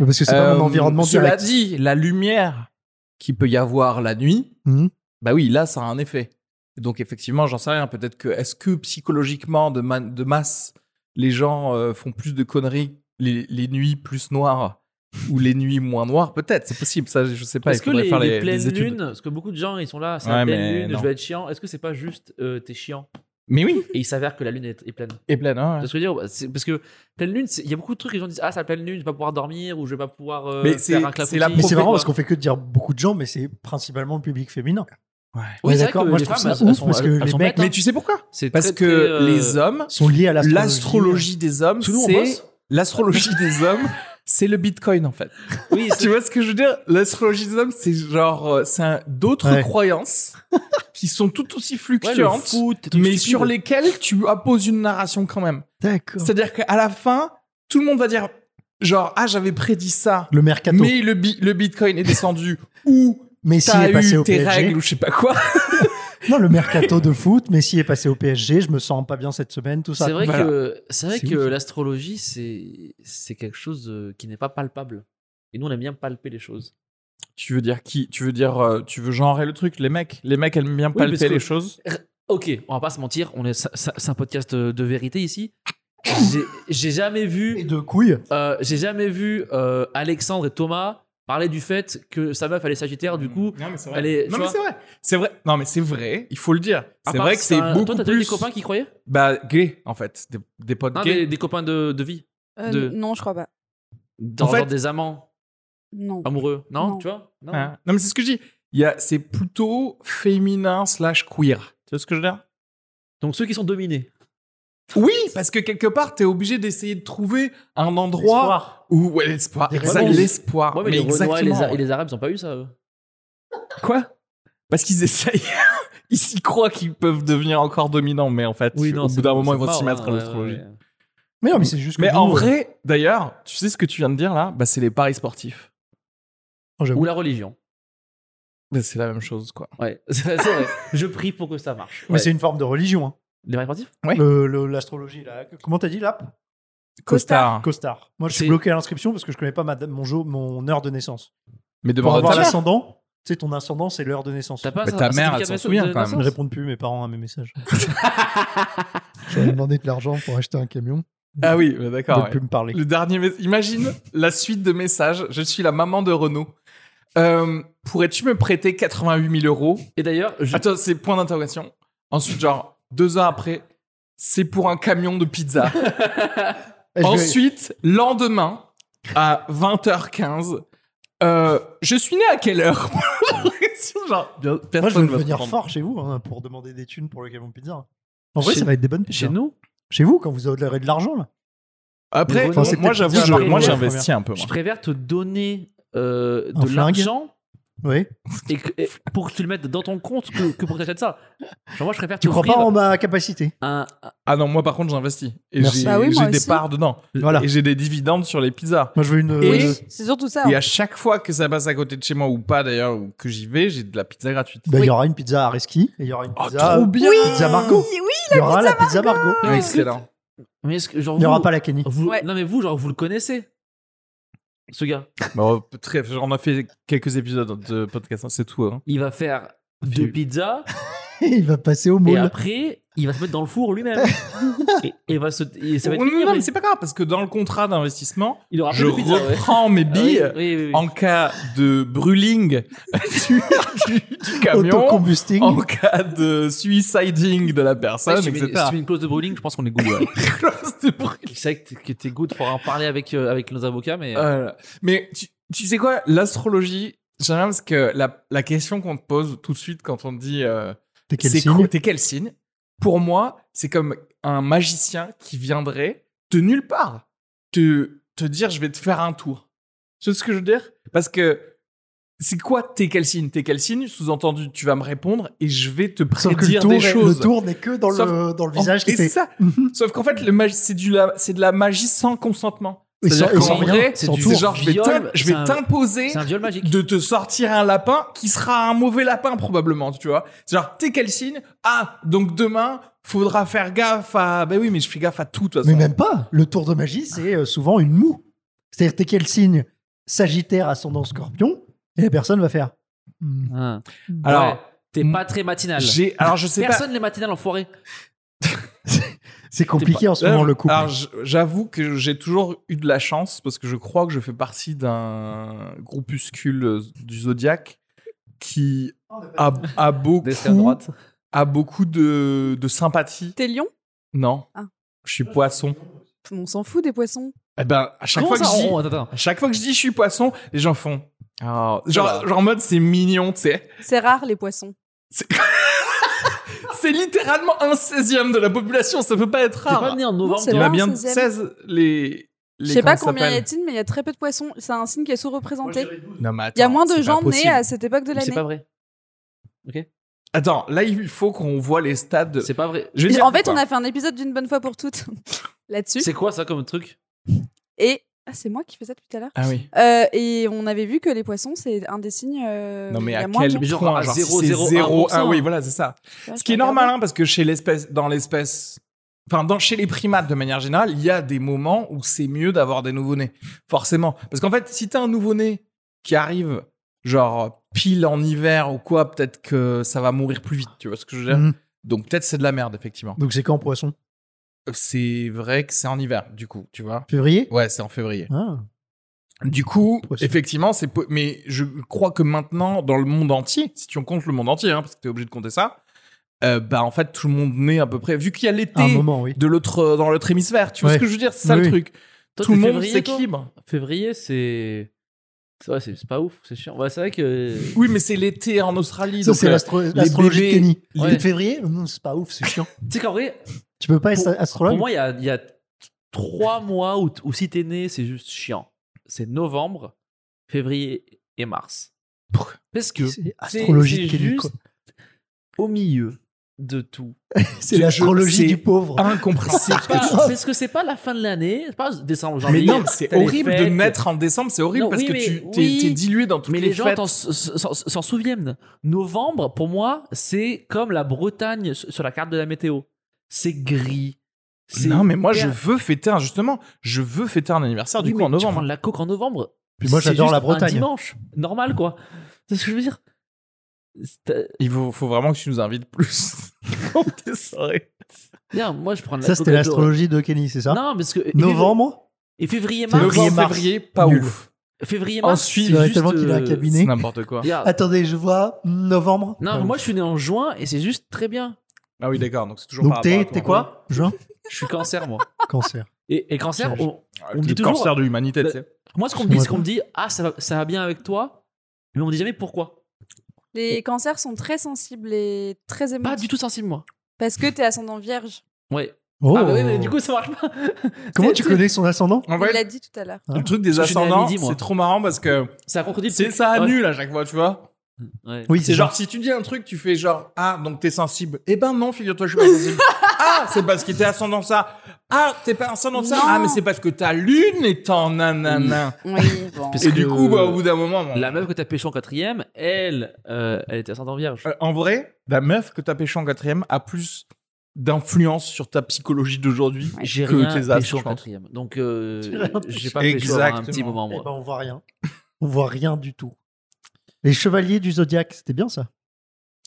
Parce que c'est pas
Euh,
mon environnement
Cela
direct.
dit, la lumière qui peut y avoir la nuit,
Mhm.
bah oui, là, ça a un effet. Donc, effectivement, j'en sais rien. Peut-être que, est-ce que psychologiquement, de, ma- de masse, les gens euh, font plus de conneries les, les nuits plus noires ou les nuits moins noires Peut-être, c'est possible. Ça, je sais pas.
Est-ce
il
que
faudrait
les,
faire
les
les,
pleines
les études.
lunes, parce que beaucoup de gens ils sont là, c'est
Ouais,
la
mais
pleine lune,
non.
je vais être chiant. Est-ce que c'est pas juste euh, t'es chiant
Mais oui,
Et il s'avère que la lune est, est pleine.
et pleine. hein, ouais.
Tu vois ce que je veux dire C'est- Parce que pleine lune, c'est- il y a beaucoup de trucs, les gens disent Ah, c'est la pleine lune, je vais pas pouvoir dormir ou je vais pas pouvoir euh,
Mais c'est-
faire un clapotis.
c'est la
Mais c'est
Pourquoi
marrant
pas
parce qu'on fait que dire beaucoup de gens, mais c'est principalement le public féminin.
Oui,
Ouais,
c'est vrai
d'accord,
que
moi,
les
je trouve
femmes,
ça
elles- elles
ouf
sont-
parce que
elles
les
sont
mecs-
bêtes, hein.
Mais tu sais pourquoi
C'est
Parce
très,
que
très, euh,
les hommes,
Ils sont liés à l'astrologie.
l'astrologie des hommes,
Sous nous, on
c'est
bosse
l'astrologie des hommes, c'est le Bitcoin en fait.
Oui,
*laughs* tu
c'est-
vois ce que je veux dire L'astrologie des hommes, c'est genre, euh, c'est un- d'autres
Ouais.
croyances qui sont tout aussi
ouais, le
fluctuantes,
foot, des trucs
mais
stupides.
sur lesquelles tu apposes une narration quand même.
D'accord.
C'est-à-dire qu'à la fin, tout le monde va dire, genre, ah, j'avais prédit ça,
Le mercato. Mais,
mais le, bi- le Bitcoin est descendu, ou
Messi
t'as
est passé
eu
au
tes
PSG.
règles, ou je sais pas quoi.
Non, le mercato de foot, Messi est passé au PSG, je me sens pas bien cette semaine, tout ça.
C'est vrai
Voilà.
que c'est vrai
C'est
que
ouf.
l'astrologie c'est c'est quelque chose euh, qui n'est pas palpable. Et nous on aime bien palper les choses.
Tu veux dire qui Tu veux dire, euh, tu veux genrer le truc Les mecs, les mecs aiment bien palper
parce que-
les choses.
Ok, on va pas se mentir, on est c'est- c'est c'est un podcast euh, de vérité ici. J'ai- J'ai jamais
Et
vu
de couilles.
euh, j'ai jamais vu euh, Alexandre et Thomas parler du fait que sa meuf elle est Sagittaire du coup.
non mais c'est
vrai. elle est-
non
tu
mais
vois
c'est vrai, c'est vrai. Non mais c'est vrai. Il faut le dire.
à
C'est
part
vrai que
ça,
c'est beaucoup
Toi t'as eu
plus.
des copains qui croyaient
Bah, gay, en fait. Des, des potes
Non,
gays.
des, des copains de, de vie,
Euh,
de-
Non, je crois pas.
dans
En fait-
genre des amants
Non.
amoureux, non,
Non.
Tu vois Non.
Hein. Non, mais c'est ce que je dis. Il y a, c'est plutôt féminin slash queer. Tu vois ce que je veux dire
Donc ceux qui sont dominés.
Oui, parce que quelque part, t'es obligé d'essayer de trouver un endroit
Espoir.
où ouais, l'espoir.
Des
Exact,
réponses.
l'espoir.
Ouais, mais,
Ah, mais
les Renois et les,
exactement.
Ar- et les Arabes ils ont pas eu ça. eux.
Quoi Parce qu'ils essayent. *laughs* Ils s'y croient qu'ils peuvent devenir encore dominants, mais en fait, au
c'est
bout d'un
bon,
moment,
c'est
ils vont s'y
mort,
mettre
hein,
à
ouais,
l'astrologie.
ouais, ouais.
Mais non, mais c'est juste que.
Mais
nous,
en
euh,
vrai, d'ailleurs, tu sais ce que tu viens de dire là bah, C'est les paris sportifs.
oh, j'avoue.
Ou la religion.
Bah, c'est la même chose, quoi.
Ouais, *laughs* c'est c'est vrai. Je prie pour que ça marche.
Mais c'est une forme de religion. hein.
Les paris sportifs
Ouais.
Le- le- L'astrologie, là. Comment t'as dit, l'app
Costard.
Costard. Moi, je suis
C'est-
bloqué à l'inscription parce que je connais pas ma, mon, jour, mon heure de naissance.
Mais
Pour
demande à
avoir
ta mère.
l'ascendant, tu sais, ton ascendant, c'est l'heure de naissance.
T'as pas
Bah,
ça-
ta
un
mère, elle
certificat
s'en
de
souvient,
naissance-
quand même.
Ils ne répondent plus, mes parents, à mes *laughs* messages.
J'avais demandé de l'argent pour acheter un camion.
Ah oui, bah,
de
d'accord. ouais.
plus me parler.
Le dernier mes- Imagine la suite de messages. Je suis la maman de Renaud. Euh, Pourrais-tu me prêter 88 000 euros
Et d'ailleurs, je-
Attends, c'est point d'interrogation. Ensuite, genre, deux ans après, c'est pour un camion de
*laughs*
pizza.
Eh, je vais-
Ensuite, lendemain, à 20h15, euh, je suis né à quelle heure *laughs* Genre, bien-
Moi, je
personne
vais
ne va
venir
comprendre.
fort chez vous hein, pour demander des thunes pour le camion de pizza. En vrai,
Chez-
ça va être des bonnes pizzas.
chez nous,
Chez vous, quand vous aurez de l'argent, là.
Après,
Enfin,
c'est
moi,
peut-être
j'avoue,
bien
je-
après,
moi,
ouais,
j'investis un peu.
je
moi.
préfère te donner euh,
Un
de
flingue.
l'argent
Oui.
et que- et pour que tu le mettes dans ton compte que, que pour que t'achètes ça. Genre, moi, je préfère
Tu crois pas en
t'offrir
ma capacité
un, un-
Ah non, moi, par contre, j'investis. Et
Merci.
j'ai
Bah oui, moi
j'ai des
aussi.
parts dedans.
Voilà.
Et j'ai des dividendes sur les pizzas.
Moi, je veux une.
Et-
euh,
C'est surtout ça.
Et
hein.
à chaque fois que ça passe à côté de chez moi ou pas d'ailleurs, ou que j'y vais, j'ai de la pizza gratuite.
bah, Il y aura une pizza à Reski et il y aura une
Oh,
pizza.
trop bien
pizza Margot.
Oui, oui.
il y aura la pizza Margot.
Ah, Excellent.
Mais est-ce que, genre,
Il n'y
vous-
aura pas la
Oh.
Kenny.
vous-
Ouais.
Non, mais vous, genre, vous le connaissez, ce gars.
Bon, très, Bah, on a fait quelques épisodes de podcast, hein, c'est tout. hein.
Il va faire
Fille.
deux pizzas
*laughs* il va passer au
et
moule.
après, il va se mettre dans le four lui-même.
*laughs*
et, et va se, et ça va être
non,
fini,
non,
mais
mais c'est pas grave, parce que dans le contrat d'investissement,
il aura plus
je
de pizza. ouais.
reprends mes
Ah oui,
billes
oui, oui, oui.
en cas de brûling *laughs* du, du- du camion, Oh,
Autocombusting.
en cas de suiciding de la
Ouais,
personne,
si tu mets-
etc.
si tu mets une clause de bowling, je pense qu'on est
*laughs*
good. ouais. C'est vrai que t'es- que t'es good pour en parler avec, euh, avec nos avocats, mais.
Euh, mais tu, tu sais quoi, l'astrologie, j'aime bien parce que la, la question qu'on te pose tout de suite quand on te dit euh,
T'es quel
c'est
signe
quoi- T'es quel signe Pour moi, c'est comme un magicien qui viendrait de nulle part te, te dire je vais te faire un tour. C'est ce que je veux dire Parce que c'est quoi t'es quel signe T'es quel signe Sous-entendu, tu vas me répondre et je vais te
Sauf que
prédire
le tour,
des
est-
choses.
le tour n'est que dans, le, dans le visage
Et
qui
c'est
*laughs* fait.
ça. Sauf qu'en fait, le magi- c'est du la- c'est de la magie sans consentement.
Et sans-
C'est-à-dire
et
qu'en
sans rien,
vrai,
c'est
c'est
du
genre je vais
viol,
t'im- je vais
c'est un-
t'imposer
C'est un viol magique.
de te sortir un lapin qui sera un mauvais lapin probablement, tu vois. C'est genre, t'es quel signe Ah, donc demain, faudra faire gaffe à... Ben oui, mais je fais gaffe à tout, de toute
Mais
façon.
même pas. Le tour de magie, c'est euh, souvent une moue. C'est-à-dire, t'es quel signe Sagittaire, ascendant scorpion, et la personne va faire. Hmm.
Hein.
Alors,
Ouais, t'es pas très matinal.
j'ai... Alors, je sais
Personne les matinales en foirée.
C'est compliqué en ce
pas...
moment, le couple.
Euh, Alors, j- j'avoue que j'ai toujours eu de la chance, parce que je crois que je fais partie d'un groupuscule euh, du Zodiac qui a, a beaucoup,
D'extrême droite.
a beaucoup de, de sympathie.
T'es lion
Non,
Ah.
je suis poisson.
On s'en fout des poissons.
Eh ben, à chaque
Comment
fois que
ça
je dis...
on- Attends, attends.
À chaque fois que je dis je suis poisson, les gens font.
Ah,
Oh.
Ça
Genre,
va.
genre en mode c'est mignon, tu sais.
C'est rare les poissons.
C'est littéralement un 16e de la population, ça peut pas être
T'es pas
rare.
né en
Non,
novembre.
c'est
Il y en a
rare,
bien
16e.
16 les. les
Je sais
comment
pas
ça
combien y
s'appelle
a-t-il, mais il y a très peu de poissons. C'est un signe qui est sous-représenté.
Non, mais
Il y a
attends,
moins de
c'est
gens
pas possible.
nés à cette époque de
Mais C'est
l'année.
pas vrai.
Attends, là il faut qu'on voit les stades.
C'est pas vrai.
Je vais
Mais
dire
En fait,
pourquoi.
on a fait un épisode d'une bonne fois pour toutes *laughs* là-dessus.
C'est quoi ça comme truc
Et ah, c'est moi qui fais ça depuis tout à l'heure.
Ah oui.
Euh, et on avait vu que les poissons, c'est un des signes. euh,
Non, mais
il y
à
a moins
quel
de gens.
Mais genre
point
à
genre, si
0,01%.
c'est 0, Ah oui, voilà, c'est ça. Ce qui est normal, hein, parce que chez l'espèce, dans l'espèce, enfin, dans, chez les primates de manière générale, il y a des moments où c'est mieux d'avoir des nouveau-nés. Forcément. Parce qu'en fait, si t'as un nouveau-né qui arrive, genre, pile en hiver ou quoi, peut-être que ça va mourir plus vite. Tu vois ce que je veux dire?
Mhm.
Donc, peut-être c'est de la merde, effectivement.
Donc, c'est quand, poisson
C'est vrai que c'est en hiver, du coup, tu vois.
Février
Ouais, c'est en février.
Ah.
Du coup,
Possible.
effectivement, c'est po- mais je crois que maintenant dans le monde entier, si tu en comptes le monde entier, hein, parce que t'es obligé de compter ça, euh, bah en fait tout le monde naît à peu près. Vu qu'il y a
À un
l'été
moment, oui.
de l'autre euh, dans l'autre hémisphère, tu vois
Ouais.
ce que je veux dire, c'est ça le
Oui.
truc.
Toi,
tout le
t'es
monde
février, toi
s'équilibre.
Février, c'est. C'est ouais, c'est- c'est pas ouf, c'est chiant. Ouais, c'est vrai que.
Oui, mais c'est l'été en Australie.
Ça,
donc,
c'est
euh,
l'astro- l'astrologie de
bébés-
Kenny.
Ouais.
Le Février Hum, C'est pas ouf, c'est chiant.
Tu sais qu'en vrai,
Tu peux pas être
Pour- pour
astrologue
moi, il y a, il y a trois mois où, t- où si t'es né, c'est juste chiant. C'est novembre, février et mars. Parce que
C'est
c'est-
astrologie de
c'est
Kenny,
juste
quoi.
au milieu de tout.
C'est
je- c'est
l'astrologie du pauvre.
incompréhensible.
C'est pas- parce que c'est pas la fin de l'année, c'est pas décembre,
*laughs* mais
janvier.
non, c'est
t'as les
horrible de
fêtes.
naître en décembre, c'est horrible
Non,
parce
oui,
que
mais-
tu t'es
oui.
t'es dilué dans toutes
Mais
les,
les gens
fêtes.
t'en- s- s- s- s'en souviennent. Novembre, pour moi, c'est comme la Bretagne s- sur la carte de la météo. C'est gris. c'est
Non, mais moi je
hyper-
veux fêter un- justement, je veux fêter un anniversaire du
Oui,
coup en
mais Tu prends
novembre.
de la coke en novembre.
Puis moi,
c'est
j'adore
juste
la
Un
Bretagne.
dimanche, normal quoi. C'est ce que je veux dire. C'est, euh,
Il faut, faut vraiment que tu nous invites plus. *laughs* Quand t'es soirée.
Bien, moi je prends de la
Ça,
coke
c'était
à Joe.
l'astrologie de Kenny, c'est ça
Non, parce que
Novembre
et février
C'est
mars,
novembre.
Novembre,
mars.
février, pas
Nul.
ouf.
février mars.
Ensuite,
c'est
il y en a
juste, euh,
tellement qu'il a un cabinet.
C'est
Né.
n'importe quoi.
regarde.
Attendez, je vois hmm, novembre.
Non,
Pas
mais moi
ouf.
je suis né en juin et c'est juste très bien.
Ah oui, d'accord. Donc c'est toujours
Donc
par rapport à
t'es
toi.
t'es quoi Juin
Je suis cancer moi.
Cancer.
Et, et cancer,
Je-
on-
Ah,
On
le
dit toujours-
cancer de l'humanité, tu
Bah,
sais.
moi ce qu'on me dit,
Ouais.
c'est qu'on me dit ah ça va, ça va bien avec toi, mais on me dit jamais pourquoi.
Les cancers sont très sensibles et très émotifs.
Pas du tout sensible moi.
Parce que t'es ascendant vierge.
Ouais.
Oh.
Ah bah oui, mais du coup ça marche pas.
Comment
c'est-
tu
c'est-
connais son ascendant
En
Il
vrai,
l'a dit tout à l'heure.
le truc des
Je suis né à
ascendants,
midi, moi.
c'est trop marrant parce que
Ça contredit. le
c'est
truc.
ça
Ouais.
annule à chaque fois, tu vois.
Ouais.
Oui,
C'est genre, si tu dis un truc, tu fais genre, ah, donc t'es sensible. Eh ben non, figure-toi, je suis pas *laughs* sensible. ah, c'est parce que t'es ascendant ça. Ah, t'es pas ascendant ça.
Non.
Ah, mais c'est parce que ta lune est en nanana.
*laughs* Oui, bon.
Parce
Et
que-
du coup, bah, au bout d'un moment, bon,
La meuf que t'as pêché en quatrième, elle, euh, elle était ascendant vierge.
Euh, en vrai, la meuf que t'as pêché en quatrième a plus d'influence sur ta psychologie d'aujourd'hui
J'ai
que
rien
tes astres,
pêché en
je pense.
quatrième. Donc, euh, j'ai pas pêché en un
Exactement.
petit moment, moi.
Eh ben, on voit rien. On voit rien du tout. Les chevaliers du zodiaque, c'était bien ça.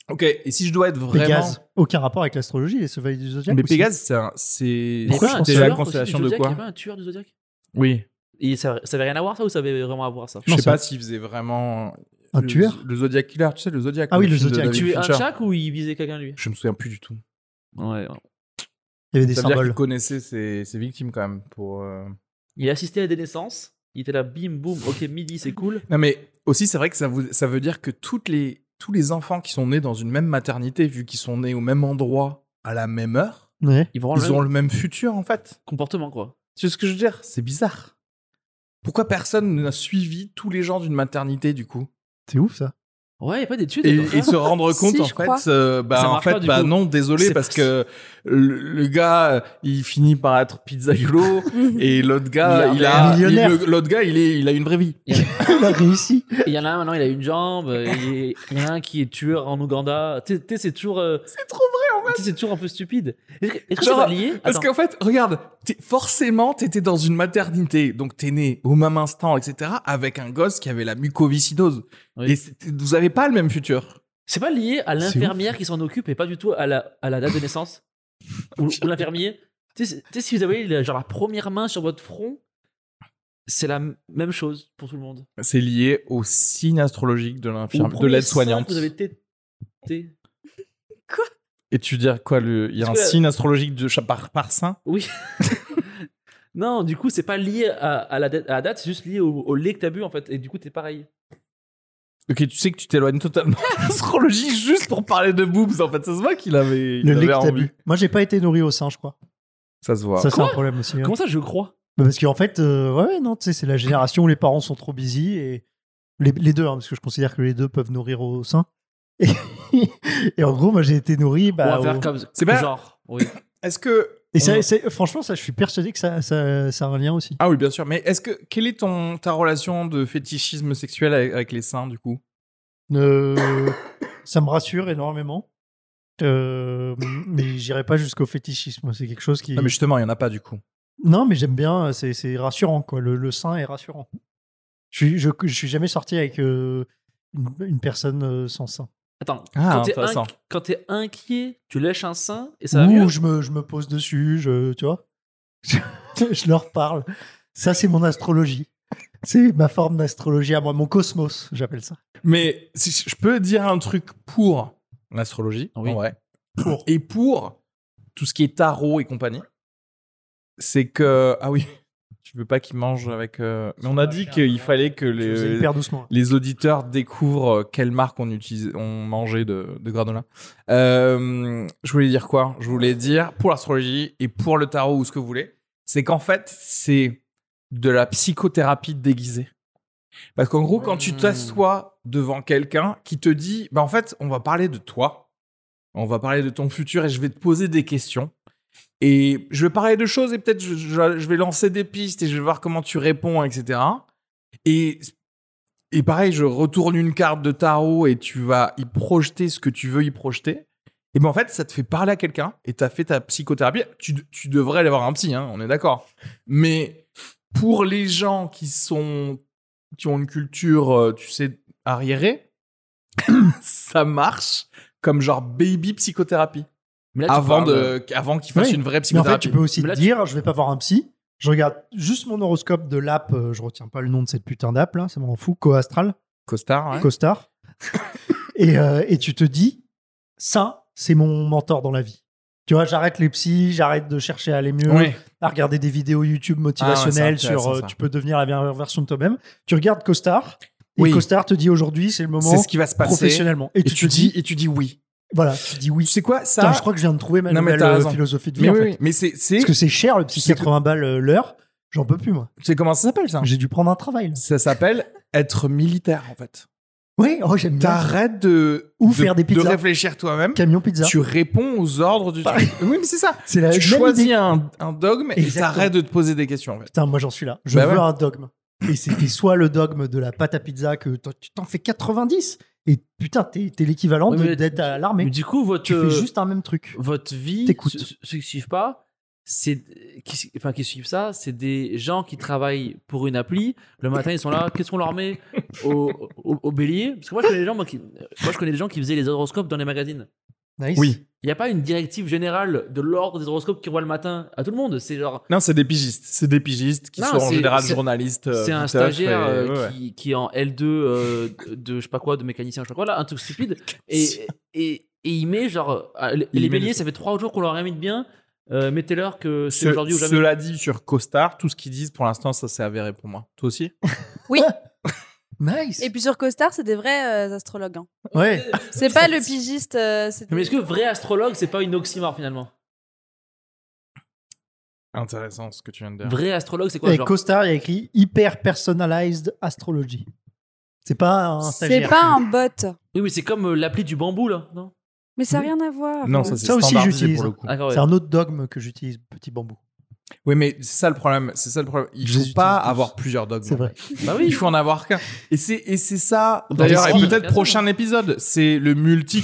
Ok, et si je dois être vraiment.
Pégase. Aucun rapport avec l'astrologie, les Chevaliers du Zodiac.
Mais
ou si-
Pégase, c'est un- c'est
Il y a
Pourquoi
pas
je
un
pense
c'était
que-
la
tueur aussi
constellation
du
de
Zodiac Il y a
quoi
pas un tueur du Zodiac
Oui.
Et ça, ça avait rien à voir ça ou ça avait vraiment à voir ça
Je
Non,
sais
ça-
pas s'il faisait vraiment.
Un
le-
tueur
Le Zodiac Killer, tu sais, le Zodiac. euh,
Ah oui, le
film de
Zodiac.
David
Tuer un
Fincher.
Jack ou il visait quelqu'un lui
Je me souviens plus du tout.
Ouais.
Il y avait des
ça veut dire
symboles.
qu'il connaissait ses, ses victimes quand même. Pour, euh,
Il assistait à des naissances. Il était là, bim, boum, ok, midi, c'est cool.
Non, mais aussi, c'est vrai que ça, vous- ça veut dire que toutes les, tous les enfants qui sont nés dans une même maternité, vu qu'ils sont nés au même endroit à la même heure,
Ouais.
Ils vont
ils
le
ont
même
le même futur en fait.
comportement, quoi.
Tu sais ce que je veux dire C'est bizarre. Pourquoi personne n'a suivi tous les gens d'une maternité du coup
C'est
*laughs*
ouf ça.
Ouais, il a pas d'études.
et,
comme ça.
et se rendre compte
Si,
en
je crois.
fait euh, bah
Ça
en
marche
fait
pas, du
bah
coup.
non désolé
C'est-
parce que le, le gars euh, il finit par être *laughs* pizzaïolo et l'autre gars il a il-
Millionnaire.
le- l'autre gars il est il a une vraie vie
Il a réussi.
Il y en a un maintenant, il a une jambe. euh, Il y- il y en a un qui est tueur en Ouganda. Tu sais- tu sais, c'est toujours. C'est trop vrai en fait. C'est toujours un peu stupide. Est-ce que- est-ce que c'est
Genre,
pas lié
parce
Attends.
qu'en fait regarde t'es- forcément t'étais dans une maternité donc t'es né au même instant etc avec un gosse qui avait la mucoviscidose
Oui.
et c'était- vous avez pas le même futur
C'est pas lié à l'infirmière qui s'en occupe et pas du tout à la, à la date de naissance Ou ou l'infirmier Tu sais, c'est- tu sais, si vous avez la- genre la première main sur votre front, c'est la m- même chose pour tout le monde.
c'est lié au signe astrologique de
Ou le
l'infirme de
premier sein
l'aide-soignante
que Vous avez tété. tété.
et tu veux dire quoi le il y a un
Parce que-
signe astrologique de cha- par par saint
Oui. non, du coup, c'est pas lié à, à la, date- à la date, c'est juste lié au, au lait que t'as bu en fait. Et du coup, t'es pareil.
Ok, tu sais que tu t'éloignes totalement *laughs* de l'astrologie juste pour parler de boobs. En fait, ça se voit qu'il avait, il
Le
avait
lait que t'as
envie.
bu. Moi, j'ai pas été nourri au sein, je crois.
Ça se voit.
Ça, c'est
Quoi
un problème aussi. hein.
Comment ça, je crois
Bah, Parce qu'en fait, euh, ouais, ouais, non, tu sais, c'est la génération où les parents sont trop busy et les, les deux, hein, parce que je considère que les deux peuvent nourrir au sein. *laughs* Et, et en gros, moi, j'ai été nourri.
On
Bah,
va faire
au-
comme
C'est pas-
genre. Oui.
Est-ce que.
Et ça-
on-
c'est- franchement, ça, je suis persuadé que ça, ça, ça a un lien aussi.
Ah oui, bien sûr. Mais est-ce que. Quelle est ton, ta relation de fétichisme sexuel avec, avec les seins, du coup
Euh, *coughs* ça me rassure énormément. Euh, mais j'irai pas jusqu'au fétichisme. C'est quelque chose qui.
Non, mais justement, il n'y en a pas, du coup.
Non, mais j'aime bien, c'est c'est rassurant, quoi. Le, le sein est rassurant. Je suis, je, je suis jamais sorti avec euh, une, une personne euh, sans sein.
*coughs* Attends,
Ah,
quand, t'es
intéressant.
inqui- quand t'es inquiet, tu lèches un sein et ça va mieux
Ou je me, je me pose dessus, je, tu vois. *laughs* Je, je leur parle. Ça, c'est mon astrologie. C'est ma forme d'astrologie à moi, mon cosmos, j'appelle ça.
Mais si je je peux dire un truc pour l'astrologie,
Oui.
en vrai.
Pour.
Et pour tout ce qui est tarot et compagnie, c'est que. Ah oui, *laughs* tu veux pas qu'ils mangent avec. euh, Mais on a dit qu'il fallait que
Je faisais
les.
hyper doucement. hein.
les auditeurs découvrent euh, quelle marque on, utilise, on mangeait de, de granola. Euh, je voulais dire quoi Je voulais dire, pour l'astrologie et pour le tarot ou ce que vous voulez, c'est qu'en fait, c'est de la psychothérapie déguisée. Parce qu'en gros, quand tu
Mmh.
t'assois devant quelqu'un qui te dit, bah en fait, on va parler de toi, on va parler de ton futur et je vais te poser des questions. Et je vais parler de choses et peut-être je, je- je vais lancer des pistes et je vais voir comment tu réponds, etc. Et, et pareil, je retourne une carte de tarot et tu vas y projeter ce que tu veux y projeter. Et ben en fait, ça te fait parler à quelqu'un et t'as fait ta psychothérapie. Tu, de- tu devrais aller voir un psy, hein, on est d'accord. Mais pour les gens qui sont qui ont une culture, euh, tu sais, arriérée, *coughs* ça marche comme genre baby psychothérapie
Mais là, tu
avant
parles- euh,
de avant qu'ils fassent
Oui.
une vraie
Mais en fait,
psychothérapie.
tu peux aussi
Mais là,
te
tu-
dire, je vais pas voir un psy. Je regarde juste mon horoscope de l'app. euh, je retiens pas le nom de cette putain d'app là, ça m'en fout. Coastral,
Costard, ouais. *laughs*
Costar. et, euh, et tu te dis, ça, c'est mon mentor dans la vie. Tu vois, j'arrête les psys, j'arrête de chercher à aller mieux,
Ouais.
à regarder des vidéos YouTube motivationnelles
Ah ouais, c'est intéressant,
sur euh,
ça.
tu peux devenir la meilleure version de toi-même. Tu regardes Costar et
Oui.
Costar te dit aujourd'hui, c'est le moment
c'est ce qui va se passer.
professionnellement. Et,
Et
tu, te dis,
et tu dis oui.
voilà, tu dis
Tu
oui.
sais quoi ça
Putain, je crois que je viens de trouver ma
Non, mais
nouvelle
t'as
euh,
raison.
philosophie de vie
Mais
en
oui,
fait.
oui. mais c'est c'est
Parce que c'est cher le psy,
C'est-
80 balles euh, l'heure. J'en peux plus, moi.
Tu sais comment ça s'appelle ça
J'ai dû prendre un travail.
Ça s'appelle être militaire en fait.
Oui, oh, j'aime bien.
T'arrêtes de
Ou
de-
faire des
de
pizzas.
réfléchir toi-même.
Camion pizza.
Tu réponds aux ordres du truc. *laughs* Oui, mais c'est ça.
C'est
Euh,
la
Tu
même idée.
choisis un, un dogme et
Exactement.
t'arrêtes de te poser des questions en fait.
Putain, moi j'en suis là. Je
Bah ouais.
veux un dogme. Et c'était soit le dogme de la pâte à pizza que t'en- tu t'en fais 90 et putain, t'es t'es l'équivalent
Oui,
de-
mais-
d'être à l'armée.
Mais du coup, votre, euh,
Tu fais juste un même truc.
votre vie,
T'écoutes.
ceux ceux qui suivent pas, c'est qui, enfin, qui suivent ça, c'est des gens qui travaillent pour une appli. Le matin, ils sont là. Qu'est-ce qu'on leur met au, au- au bélier Parce que moi, je connais des gens, moi, qui, moi, je connais des gens qui faisaient les horoscopes dans les magazines.
Nice.
Oui.
Il n'y a pas une directive générale de l'ordre des horoscopes qui voit le matin à tout le monde. C'est genre,
Non, c'est des pigistes. C'est des pigistes qui
Non,
sont en
c'est-
général
c'est-
journalistes. euh,
c'est un
viteuf
stagiaire
et-
euh,
ouais, ouais.
qui, qui est en L2 euh, de je sais pas quoi, de mécanicien, je sais pas quoi, là, un truc
*laughs*
stupide. Et, et, et il met genre, ah, les
Il met
les
des
béliers,
trucs.
ça fait trois jours qu'on leur a mis de bien. Euh, Mettez-leur que c'est
Ce-
aujourd'hui ou jamais.
Cela dit, sur Costar, tout ce qu'ils disent, pour l'instant, ça s'est avéré pour moi. Toi aussi
Nice.
*laughs* Et puis sur Costar, c'est des vrais euh, astrologues. hein.
Ouais.
C'est pas le pigiste. euh, c'est
Mais est-ce que vrai astrologue, c'est pas une oxymore finalement
Intéressant ce que tu viens de dire.
Vrai astrologue, c'est quoi
Eh,
Et
genre
Costar, il y a écrit hyper personalized astrology. C'est pas
Ah,
un
C'est
stagiaire.
pas un bot.
Oui, mais c'est comme euh, l'appli du bambou là, non
Mais ça n'a rien à voir.
Non, ça, c'est
Ça aussi,
standardisé
j'utilise.
pour le coup.
D'accord, ouais.
C'est un autre dogme que j'utilise, petit bambou.
Oui, mais c'est ça le problème. C'est ça le problème. Il
Je les
faut pas
utilise tous.
avoir plusieurs dogmes.
C'est vrai.
Bah oui.
Il faut en avoir qu'un. Et c'est et c'est ça.
Dans
D'ailleurs,
les
et
films.
peut-être prochain épisode, c'est le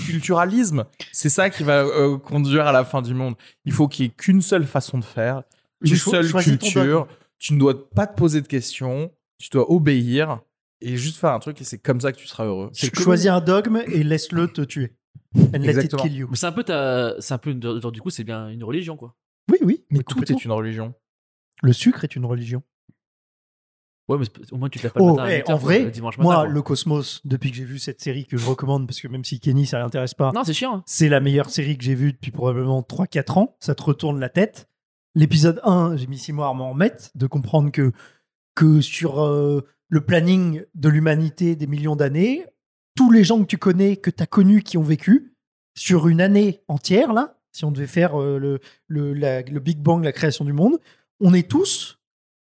multiculturalisme. C'est ça qui va euh, conduire à la fin du monde. Il faut qu'il y ait qu'une seule façon de faire, une
Tu cho-
seule
choisis ton
culture. Tu ne dois pas te poser de questions. Tu dois obéir et juste faire un truc. Et c'est comme ça que tu seras heureux.
C'est
Ch- Choisis un dogme et laisse-le te tuer. And let it
Exactement.
kill you.
Mais c'est un peu ta... c'est un peu une- genre, du coup, c'est bien une religion quoi.
Oui, oui.
Mais
mais
tout
complètement.
est une religion.
Le sucre est une religion.
Ouais, mais c'est- au moins tu te lèves pas le
Oh,
matin à
eh,
8 heures,
en
quoi,
vrai,
le dimanche matin.
moi,
quoi.
le Cosmos, depuis que j'ai vu cette série que je recommande, parce que même si Kenny, ça l'intéresse pas,
Non, c'est chiant. hein.
c'est la meilleure série que j'ai vue depuis probablement 3-4 ans. Ça te retourne la tête. L'épisode 1, j'ai mis 6 mois à m'en remettre, de comprendre que, que sur euh, le planning de l'humanité des millions d'années, tous les gens que tu connais, que tu as connus, qui ont vécu, sur une année entière, là, si on devait faire euh, le, le, la- le Big Bang, la création du monde, on est tous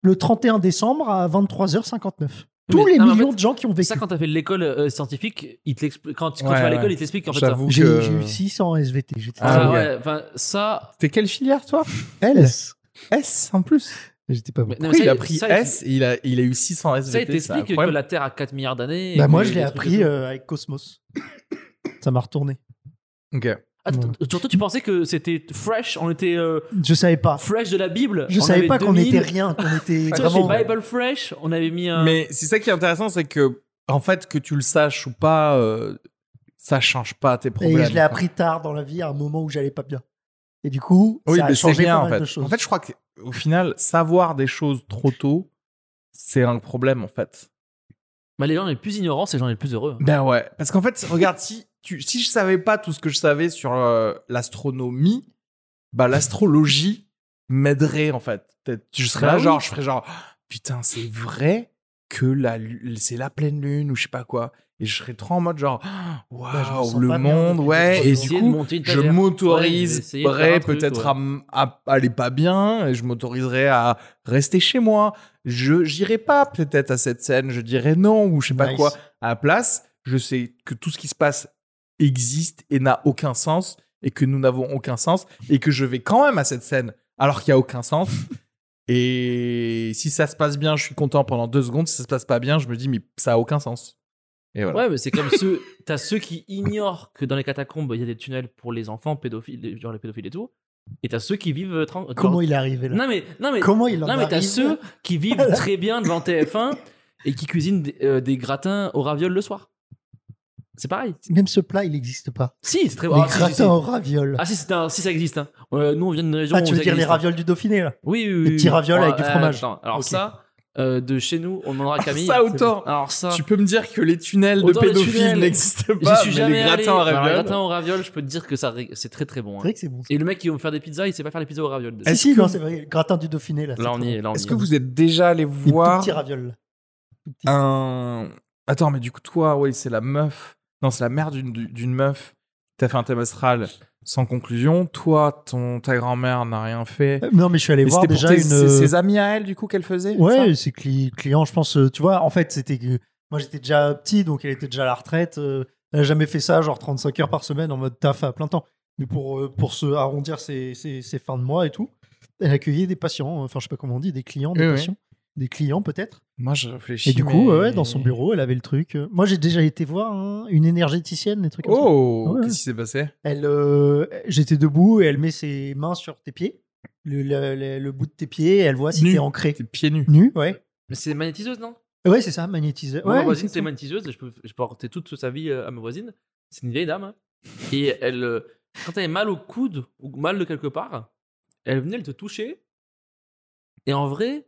le 31 décembre à 23h59. Tous
Mais-
les
non, mais en
millions
fait,
de gens qui ont vécu.
Ça, quand t'as fait de l'école euh, scientifique, il te l'expli- quand, quand
Ouais,
tu vas à
ouais.
l'école, il t'explique qu'en fait ça.
J'avoue
J'ai
que.
j'ai eu 600 SVT. J'étais
Ah,
Ah,
ouais.
ouais, enfin, ça.
T'es quelle filière toi
LS.
S en plus.
J'étais pas bon.
mais- non, mais
Pourquoi
ça,
il a pris
ça,
S et il a il a eu 600
Ça, il
SVT. c'est un
t'explique que
problème.
la Terre a 4 milliards d'années. et
Bah,
que
moi,
les
je l'ai
trucs et
appris
tout.
euh, avec Cosmos. Ça m'a retourné.
Ok.
euh,
Ah, t- t- Surtout, tu pensais que c'était fresh, on était euh,
Je savais pas.
fresh de la Bible.
Ah. Je
on
savais
avait
pas qu'on
2000.
était rien,
*laughs*
qu'on était
Tu sais,
vraiment.
chez Bible fresh, on avait mis un.
Mais c'est ça qui est intéressant, c'est que, en fait, que tu le saches ou pas, euh, ça change pas tes problèmes.
Et je l'ai appris tard dans la vie, à un moment où j'allais pas bien. Et du coup,
Oui,
ça a
mais c'est
changé
bien,
pas
en
mal
fait.
de choses.
En fait, je crois qu'au final, savoir des choses trop tôt, c'est un problème, en fait.
Bah, les gens les plus ignorants, c'est les gens les plus heureux.
Ben ouais. Parce qu'en fait, regarde, si, tu, si je savais pas tout ce que je savais sur euh, l'astronomie, bah, l'astrologie m'aiderait, en fait. Peut-être, je serais
Bah
là,
oui.
genre, je ferais genre, putain, c'est vrai que la, lu- c'est la pleine lune ou je sais pas quoi. Et je serais trop en mode genre,
Bah,
me sens
waouh, le
pas bien
monde,
depuis
ouais. Et
que j'ai
du
Essayer de
coup,
monter une
je
tagère. Ouais,
m'autoriserais
essayer de faire un truc,
peut-être
ouais.
à m- à, aller pas bien et je m'autoriserais à rester chez moi. Je j'irai pas peut-être à cette scène, je dirais non ou je sais pas
Nice.
quoi. À la place, je sais que tout ce qui se passe existe et n'a aucun sens et que nous n'avons aucun sens et que je vais quand même à cette scène alors qu'il y a aucun *laughs* sens. et si ça se passe bien, je suis content pendant deux secondes. Si ça se passe pas bien, je me dis mais ça a aucun sens. Et voilà.
Ouais, mais c'est comme ceux. T'as ceux qui ignorent que dans les catacombes, il y a des tunnels pour les enfants pédophiles, les- genre les pédophiles et tout. Et t'as ceux qui vivent. euh, tran-
Comment
genre-
il est arrivé là
Non, mais. Non, mais,
Comment il en
non, mais t'as
arrive
ceux qui vivent
*laughs*
très bien devant TF1 et qui cuisinent des, euh, des gratins aux ravioles le soir. C'est pareil.
Même ce plat, il n'existe pas.
Si, c'est très
les
ah, si, si,
gratins
si.
aux ravioles.
Ah, si, c'est un- si, ça existe. hein. Euh, nous, on vient d'une région.
Ah,
où
tu veux
ça
dire les
existe, hein.
ravioles du Dauphiné là
Oui, oui, oui.
Les petits
oui.
ravioles avec du
Ah,
fromage.
attends, Alors,
Ok. Ah,
ça, euh, de chez nous, on demandera à Camille.
ça autant.
Alors, ça.
Tu peux me dire que les tunnels
Autant
de
les
pédophiles
tunnels,
n'existent
J'y
pas,
suis
mais les
jamais
gratins
allé.
à
Alors, les
ravioles.
gratins aux ravioles, je peux te dire que ça, ré- c'est très très bon. hein.
C'est vrai que c'est bon. ça.
Et le mec qui veut me faire des pizzas, il sait pas faire les pizzas aux ravioles.
Si,
Est-ce
si,
que
non,
vous-
c'est vrai. le Gratin du Dauphiné là. c'est
Là, on
très
y
bon.
est. Là, on
Est-ce
y
que
est.
vous êtes déjà allé
Les tout
voir
petits ravioles. là. Tout petits.
un. Attends, mais du coup, toi, oui, c'est la meuf. Non, c'est la mère d'une- d'une meuf. T'as fait un thème astral sans conclusion. Toi, ton, ta grand-mère n'a rien fait.
Euh, Non, mais je suis allé
Mais
voir
c'était pour
déjà
tes-
une. euh,
ses, ses amis à elle, du coup, qu'elle faisait
Ouais, c'est cli- client, je pense. euh, Tu vois, en fait, c'était que moi j'étais déjà petit, donc elle était déjà à la retraite. euh, elle a jamais fait ça, genre 35 heures par semaine en mode taf à plein temps. Mais pour, euh, pour se arrondir ses, ses- ses fins de mois et tout, elle accueillait des patients, euh, enfin je sais pas comment on dit, des clients, des
Oui, oui.
patients, des clients peut-être.
Moi, je réfléchis.
Et du coup,
mais-
euh, ouais, dans son bureau, elle avait le truc. euh, Moi j'ai déjà été voir hein, une énergéticienne, des trucs comme ça.
Oh,
Ouais, ouais.
qu'est-ce qui s'est passé
Elle, euh, j'étais debout et elle met ses mains sur tes pieds le, le- le- le bout de tes pieds et elle voit si
Nu.
t'es ancré.
T'es pieds nus.
Nu, ouais.
Mais c'est magnétiseuse, non
Ouais, c'est ça, magnétiseur.
Ma
Ouais,
voisine,
c'est
c'est
ça.
magnétiseuse. et Je peux, je peux raconter toute sa vie euh, à ma voisine. C'est une vieille dame. hein. Et elle, euh, quand elle est mal au coude ou mal de quelque part, elle venait elle te toucher. Et en vrai,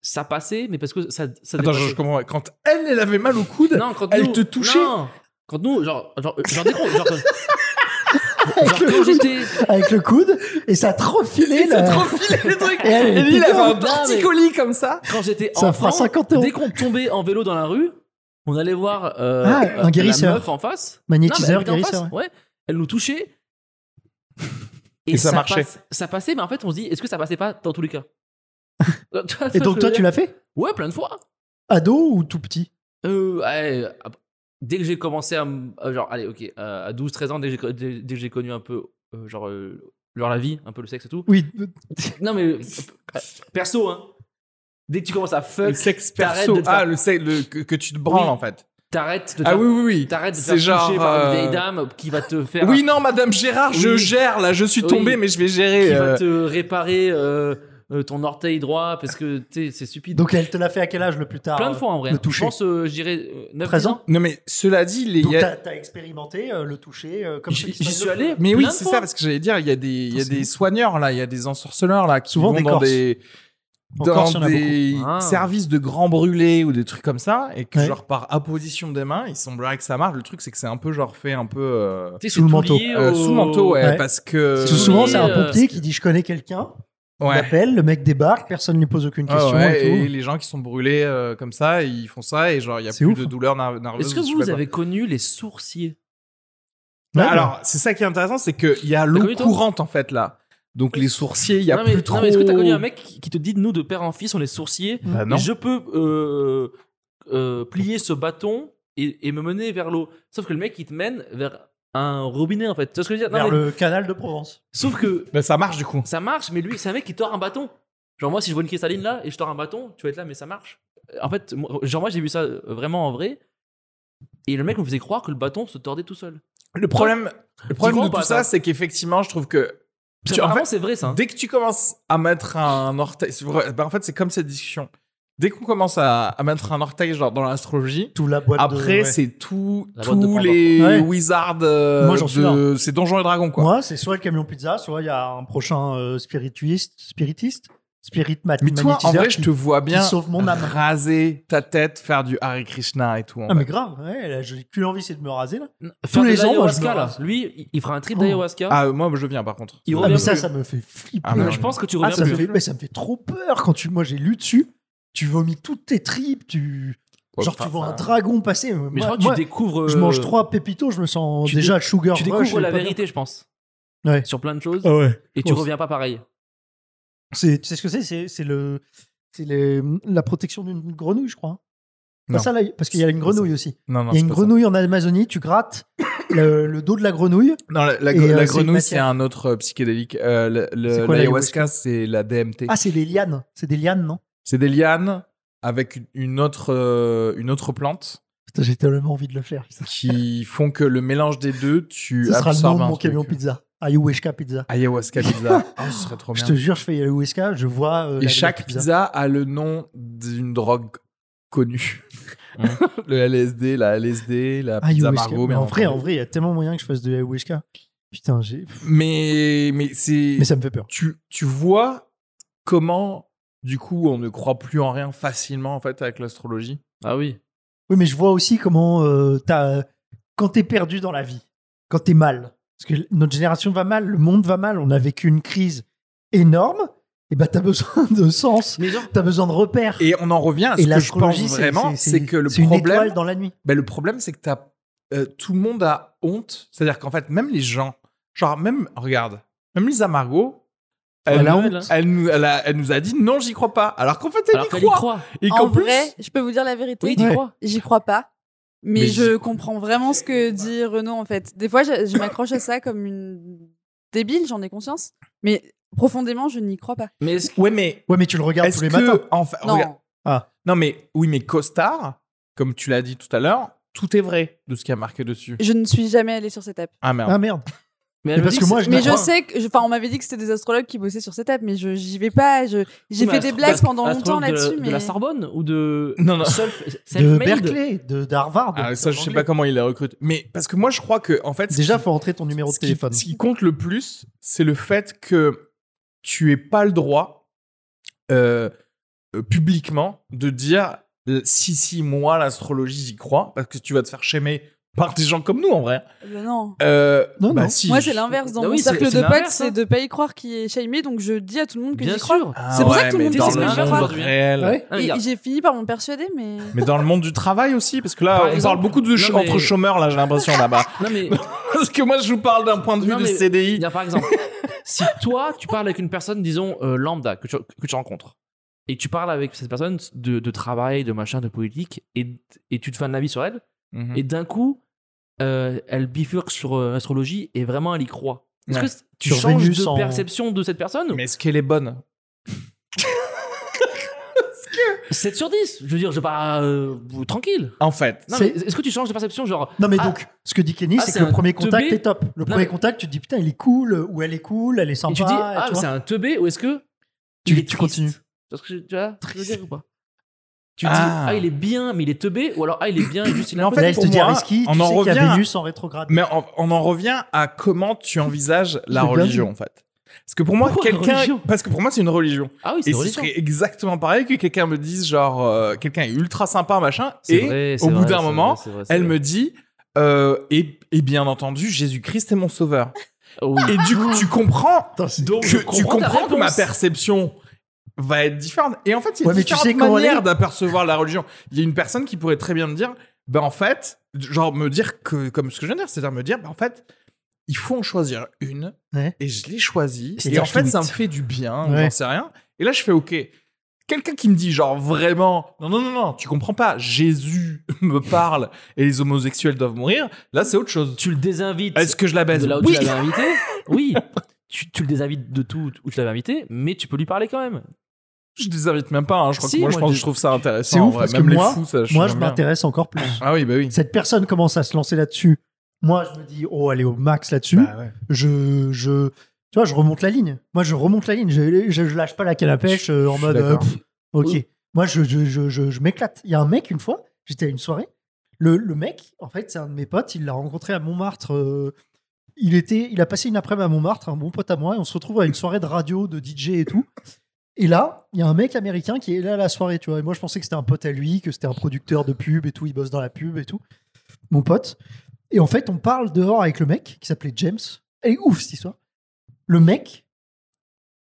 ça passait, mais parce que ça. ça
Attends, je,
dépassait.
je comprends. pas. Quand elle, elle avait mal au coude.
Non, quand
Elle
nous-
te touchait
non. Quand nous, genre, genre, euh, genre, dès qu'on-
*laughs*
genre, quand- genre, quand j'étais.
Avec le coude et ça te refilait
Ça
*laughs*
là. *laughs*
te refilait le truc.
Et elle, elle
Et lui, il
était
avait un
dingue.
torticolis comme ça.
quand j'étais
Ça
enfant,
fera 50 euros.
dès qu'on tombait en vélo dans la rue, on allait voir euh,
Ah,
euh,
un guérisseur.
la meuf en face. Non, mais elle
Magnétiseur,
était en
guérisseur.
face, ouais. Elle nous touchait.
Et ça marchait.
passe- ça passait, mais en fait, on se dit, est-ce que ça passait pas dans tous les
*laughs*
cas
ouais. Et donc toi, tu l'as fait
Ouais, plein de fois.
Ado ou tout petit
Euh, ouais, ap- dès que j'ai commencé à. m- euh, Genre, allez, ok, euh, à 12-13 ans, dès que j'ai co- dès- dès que j'ai connu un peu, euh, genre, euh, genre la vie, un peu le sexe et
*laughs*
tout.
Oui.
Non, mais euh, perso, hein. Dès que tu commences à
Le
fuck,
sexe
t'arrêtes
perso.
de te
Ah,
faire-
le sexe le- que, que tu te branles
Oui.
en fait.
t'arrêtes de te
Ah
faire-
oui, oui, oui.
t'arrêtes de te
C'est
faire toucher
genre,
par une
euh,
vieille dame qui va te faire
Oui, non, Madame Gérard, je
Oui.
gère là, je suis
Oui.
tombé, mais je vais
qui
gérer.
va
euh,
te réparer euh, euh, ton orteil droit parce que tu sais, c'est stupide.
Donc elle te l'a fait à quel âge le plus tard
plein de fois en vrai.
le
Je
toucher.
pense, euh, je dirais euh, 9
13
10
ans.
ans.
Non, mais cela dit, les.
Donc
il y a-
t'as t'as expérimenté euh, le toucher euh, comme ceux
J'y
qui
j'y
sont-
suis allé.
Mais oui,
plein de
c'est
fois.
ça, parce que j'allais dire, il y a des, il y a
c'est
des
ouf.
soigneurs là, il y a des ensorceleurs là, qui
Souvent
vont
des
dans
Corses.
des,
En
dans
Corse, il y en a
des euh,
beaucoup. Ah.
services de grands brûlés ou des trucs comme ça, et que
Ouais.
genre par apposition des mains, il semblerait que ça marche. Le truc, c'est que c'est un peu genre fait un peu euh,
Tu sais,
Sous le
c'est tout
manteau.
lié
euh,
au-
sous le manteau, ouais,
Ouais.
parce que
Parce que souvent,
Oui,
c'est un
euh,
pompier qui dit Je connais quelqu'un, il
ouais.
appelle, le mec débarque, personne ne lui pose aucune
Ah
question
ouais,
et
et,
tout.
les gens qui sont brûlés euh, comme ça, ils font ça et genre il y a
C'est
plus
ouf.
de douleur nar- nerveuse.
Est-ce que
je sais
vous
pas.
avez connu les sourciers
Bah,
Ouais,
alors c'est ça qui est intéressant, c'est qu'il y a l'eau
connu, toi
courante en fait là. Donc les sourciers, il y a
non,
plus
mais, non,
trop.
mais Est-ce que t'as connu un mec qui qui te dit nous de père en fils on est sourciers
Mmh.
Bah
et
non.
Je peux euh, euh, plier ce bâton et, et me mener vers l'eau. Sauf que le mec il te mène vers un robinet en fait. Tu vois ce que je veux dire Non,
vers
mais-
le canal de Provence.
Sauf que
Bah, ça marche du coup.
ça marche, mais lui, c'est un mec qui tord un bâton. Genre, moi, si je vois une cristalline là et je tords un bâton, tu vas être là, mais ça marche. Euh, En fait, moi- genre, moi, j'ai vu ça euh, vraiment en vrai. Et le mec me faisait croire que le bâton se tordait tout seul.
Le problème, le problème de
crois ou pas,
tout ça,
toi
c'est qu'effectivement, je trouve que
Parce
Tu- en
qu'apparemment,
fait,
c'est vrai, ça. hein.
dès que tu commences à mettre un orteil, c'est vrai, bah, en fait, c'est comme cette discussion. Dès qu'on commence à, à mettre un orteil genre dans l'astrologie,
Tout la boîte de-
après
ouais.
c'est tout,
La boîte de
tous
Pandore.
les
Ouais.
wizards. euh,
Moi, j'en suis
de- C'est Donjons et Dragons quoi.
Moi, c'est soit le camion pizza, soit il y a un prochain euh, spirituiste, spiritiste, spirit mat-
Mais toi, en
magnétiseur
vrai,
qui-
je te vois bien
sauve
*laughs*
mon âme.
raser ta tête, faire du Hare Krishna et tout. en
Ah, mais
fait.
grave, ouais, là, j'ai plus envie, c'est de me raser là.
Faire
tous
de
les ans, moi, je me
l'ayahuasca, là.
rase.
Lui, il- il fera un trip
Oh.
d'ayahuasca.
Ah, euh, moi, je viens par contre.
Il
Ah, mais
revient
ça,
plus.
ça me fait flipper.
Ah, mais
je pense que tu
Ah,
reviens
ça, me
plus.
fait, mais ça me fait trop peur quand tu, moi j'ai lu dessus. Tu vomis toutes tes tripes, tu
Ouais,
genre
enfin,
tu vois un
enfin,
dragon passer.
Mais je crois que tu découvres.
je
euh,
mange trois pépitos, je me sens
tu
déjà sugar.
Tu
rush, je
découvres
sais
la
pas.
vérité, je pense.
Ouais.
Sur plein de choses.
Ah ouais.
Et tu
course.
reviens pas pareil.
C'est, tu sais ce que c'est C'est c'est le, c'est le- la protection d'une grenouille, je crois. Pas
Non.
ça, là, parce qu'il y a
C'est
une
pas ça.
grenouille aussi.
Non, non,
Il y
c'est
a une
pas ça.
grenouille en Amazonie,
*coughs*
tu grattes le, le dos de la grenouille.
Non, la, la- la
Et, euh, c'est une
grenouille,
matière.
c'est un autre euh, psychédélique. Euh, le- le-
C'est quoi,
L'ayahuasca, c'est la DMT.
Ah, c'est des lianes. C'est des lianes, non
C'est des lianes avec une- une autre, euh, une autre plante
Putain, j'ai tellement envie de le faire. Ça *laughs*
qui font que le mélange des deux, tu
Ce sera le nom
absorbes
de
un
mon
truc.
camion pizza. Ayahuasca pizza. *laughs*
Ayahuasca pizza. oh, ce serait trop
Je
bien.
te jure, je fais ayahuasca, je vois. euh, la-
Et
la
chaque pizza a le nom d'une drogue connue. *laughs* le LSD, la LSD, la pizza
Mmh. Ayahuasca.
Margot.
Mais
bien
en vrai, en
entendu.
vrai, il y a tellement moyen que je fasse de ayahuasca. Putain, j'ai.
Mais, mais c'est.
Mais ça me fait peur.
tu, tu vois comment, du coup, on ne croit plus en rien facilement, en fait, avec l'astrologie.
Ah oui.
Oui, mais je vois aussi comment euh, t'as- quand t'es perdu dans la vie, quand t'es mal, parce que notre génération va mal, le monde va mal, on a vécu une crise énorme, et bah t'as besoin de sens,
Mais genre,
t'as besoin de repères.
Et on en revient à ce
Et
que je pense
l'astrologie, c'est-
vraiment, c'est que le
c'est une
problème,
étoile dans la nuit.
ben, le problème, c'est que t'as, euh, tout le monde a honte. C'est-à-dire qu'en fait, même les gens, genre, même, regarde, même Lisa Margot, elle,
Elle a
nous-
honte. hein.
elle nous, elle, a- elle nous a dit non, j'y crois pas. Alors qu'en fait, elle
alors
y
qu'elle y
croit.
croit.
Et
En
qu'en plus,
vrai, je peux vous dire la vérité.
Oui, tu
Ouais.
crois.
J'y crois pas. Mais,
Mais
je
j'y-
comprends vraiment ce que dit Renaud en fait. Des fois, je, je m'accroche à ça comme une débile, j'en ai conscience. Mais profondément, je n'y crois pas.
Mais est-ce que-
ouais, mais
Ouais, mais tu le regardes
est-ce
tous les
que,
matins.
enfin,
Non.
regarde- non, mais oui, mais costard, comme tu l'as dit tout à l'heure, tout est vrai de ce qui a marqué dessus.
Je ne suis jamais allée sur cette app.
Ah merde.
Ah merde.
Mais
parce que moi, je
Mais
la
je
crois.
sais que, je- enfin, on m'avait dit que c'était des astrologues qui bossaient sur cette app, mais je j'y vais pas. je- J'ai fait des blagues pendant longtemps là-dessus, mais
De la Sorbonne ou de.
Non, non.
Self,
de
self-made
Berkeley, de d'Harvard.
Ah, ça, je sais
Anglais.
pas comment il la recrute. Mais parce que moi, je crois que, en fait, ce
Déjà,
qui-
faut rentrer ton numéro de
ce qui-
téléphone.
Ce qui compte le plus, c'est le fait que tu aies pas le droit, euh, euh, publiquement, de dire euh, si, si, moi, l'astrologie, j'y crois, parce que tu vas te faire chémer par des gens comme nous, en vrai.
Bah non.
Euh,
Non,
bah,
non.
si,
Moi,
je-
c'est l'inverse. Dans
Ah
mon
oui, c'est-
cercle
c'est
de potes,
l'inverse, hein.
c'est de pas y croire qui est shamé, donc je dis à tout le monde que
Bien
j'y crois.
sûr.
Ah
C'est pour ça que tout le
mais
monde dit
dans
que c'est pas
monde
aujourd'hui.
réel.
Ouais.
Ah,
Et
regarde.
j'ai fini par m'en persuader, mais.
Mais dans le monde du travail aussi, parce que là,
Par
on
exemple.
parle beaucoup de ch-
Non, mais-
entre chômeurs, là, j'ai l'impression,
*laughs*
là-bas.
Non, mais.
parce que moi, je vous parle d'un point de vue
Non,
de
mais-
CDI.
Dire, par
*laughs*
exemple, si toi, tu parles avec une personne, disons, euh, lambda, que tu, que tu rencontres, et tu parles avec cette personne de, de travail, de machin, de politique, et, et tu te fais un avis sur elle,
Mm.
Mhm.
et d'un coup, euh, elle bifurque sur euh, l'astrologie, et vraiment, elle y croit. Est-ce
Ouais.
que c- tu
Sur
changes
Vénus
de
en-
perception de cette personne
Mais est-ce qu'elle est bonne
7 sur 10 Je veux dire, je pas euh, tranquille.
En fait,
Non, mais
C'est-
Est-ce que tu changes de perception Genre,
Non, mais
Ah.
donc, ce que dit Kenny,
Ah,
c'est
c'est
que
un
le premier contact
teubé.
est top. Le
Non,
premier
mais-
contact, tu te dis putain, il est cool, ou elle est cool, elle est
et
sympa.
tu dis, ah, mais
tu vois.
c'est un teubé, ou est-ce que. il est
Tu- tu
triste
continues.
Tu vois ce que je, tu vois ce que je veux dire ou pas Tu te
Ah.
dis, ah, il est bien, mais il est teubé, ou alors, ah, il est bien, juste il est
Mais en
un peu
fait,
Là, il te
pour
dit
moi,
Ariski,
on
tu
en
sais qu'il y
revient.
a Vénus en rétrograde.
Mais on, on en revient à comment tu envisages la
C'est dingue.
religion, en fait. Parce que pour moi,
Pourquoi la
quelqu'un.
religion
Parce que pour moi, c'est une religion.
Ah oui,
Et
c'est
ce
religion.
serait exactement pareil que quelqu'un me dise, genre, euh, quelqu'un est ultra sympa, machin,
C'est
et
vrai, c'est
au bout
vrai,
d'un
c'est
moment,
vrai, c'est vrai, c'est
elle
vrai.
me dit, euh, et, et bien entendu, Jésus-Christ est mon sauveur. Ah.
Oh oui.
Et du coup, tu comprends
Putain, c'est-
Donc,
que,
je
tu
ta
comprends que ma
réponse.
perception va être différente. Et en fait, il y a
Ouais, mais tu
différentes
sais comment elle
manières
est.
d'apercevoir la religion. Il y a une personne qui pourrait très bien me dire, ben en fait, genre me dire que, comme ce que je viens de dire, c'est-à-dire me dire, ben en fait, il faut en choisir une,
Ouais.
et je l'ai choisie,
C'est
et en
ta
fait,
limite.
ça me fait du bien, ou
Ouais.
j'en sais rien. Et là, je fais, ok, quelqu'un qui me dit, genre vraiment, non, non, non, non, tu comprends pas, Jésus *laughs* me parle, et les homosexuels doivent mourir, là, c'est autre chose.
Tu le désinvites
Est-ce que je la baise
de là où
Oui.
tu l'avais invité.
*laughs*
Oui. Tu, tu le désinvites de tout où tu l'avais invité, mais tu peux lui parler quand même.
Je les invite même pas, hein. je crois
Si,
que moi, je
moi,
pense
je-
que je trouve ça intéressant.
C'est
en
ouf,
vrai.
parce que
même
moi-
les fous, ça,
Moi, je
j'aime bien.
m'intéresse encore plus.
Ah oui, bah oui.
Cette personne commence à se lancer là-dessus. Moi, je me dis, oh, elle est au max là-dessus.
Bah,
je, je, tu vois, je remonte la ligne. Moi, je remonte la ligne. Je, je, je lâche pas la canne à pêche euh, en
suis
mode, euh,
d'accord.
pff, ok.
Oui.
Moi, je, je, je, je, je m'éclate. Il y a un mec une fois, j'étais à une soirée. Le, le mec, en fait, c'est un de mes potes. Il l'a rencontré à Montmartre. euh, il était, il a passé une après-midi à Montmartre, un bon pote à moi, et on se retrouve à une soirée de radio, de DJ et tout. Et là, il y a un mec américain qui est là à la soirée, tu vois. Et moi, je pensais que c'était un pote à lui, que c'était un producteur de pub et tout. Il bosse dans la pub et tout. Mon pote. Et en fait, on parle dehors avec le mec qui s'appelait James. Elle est ouf cette histoire. Le mec,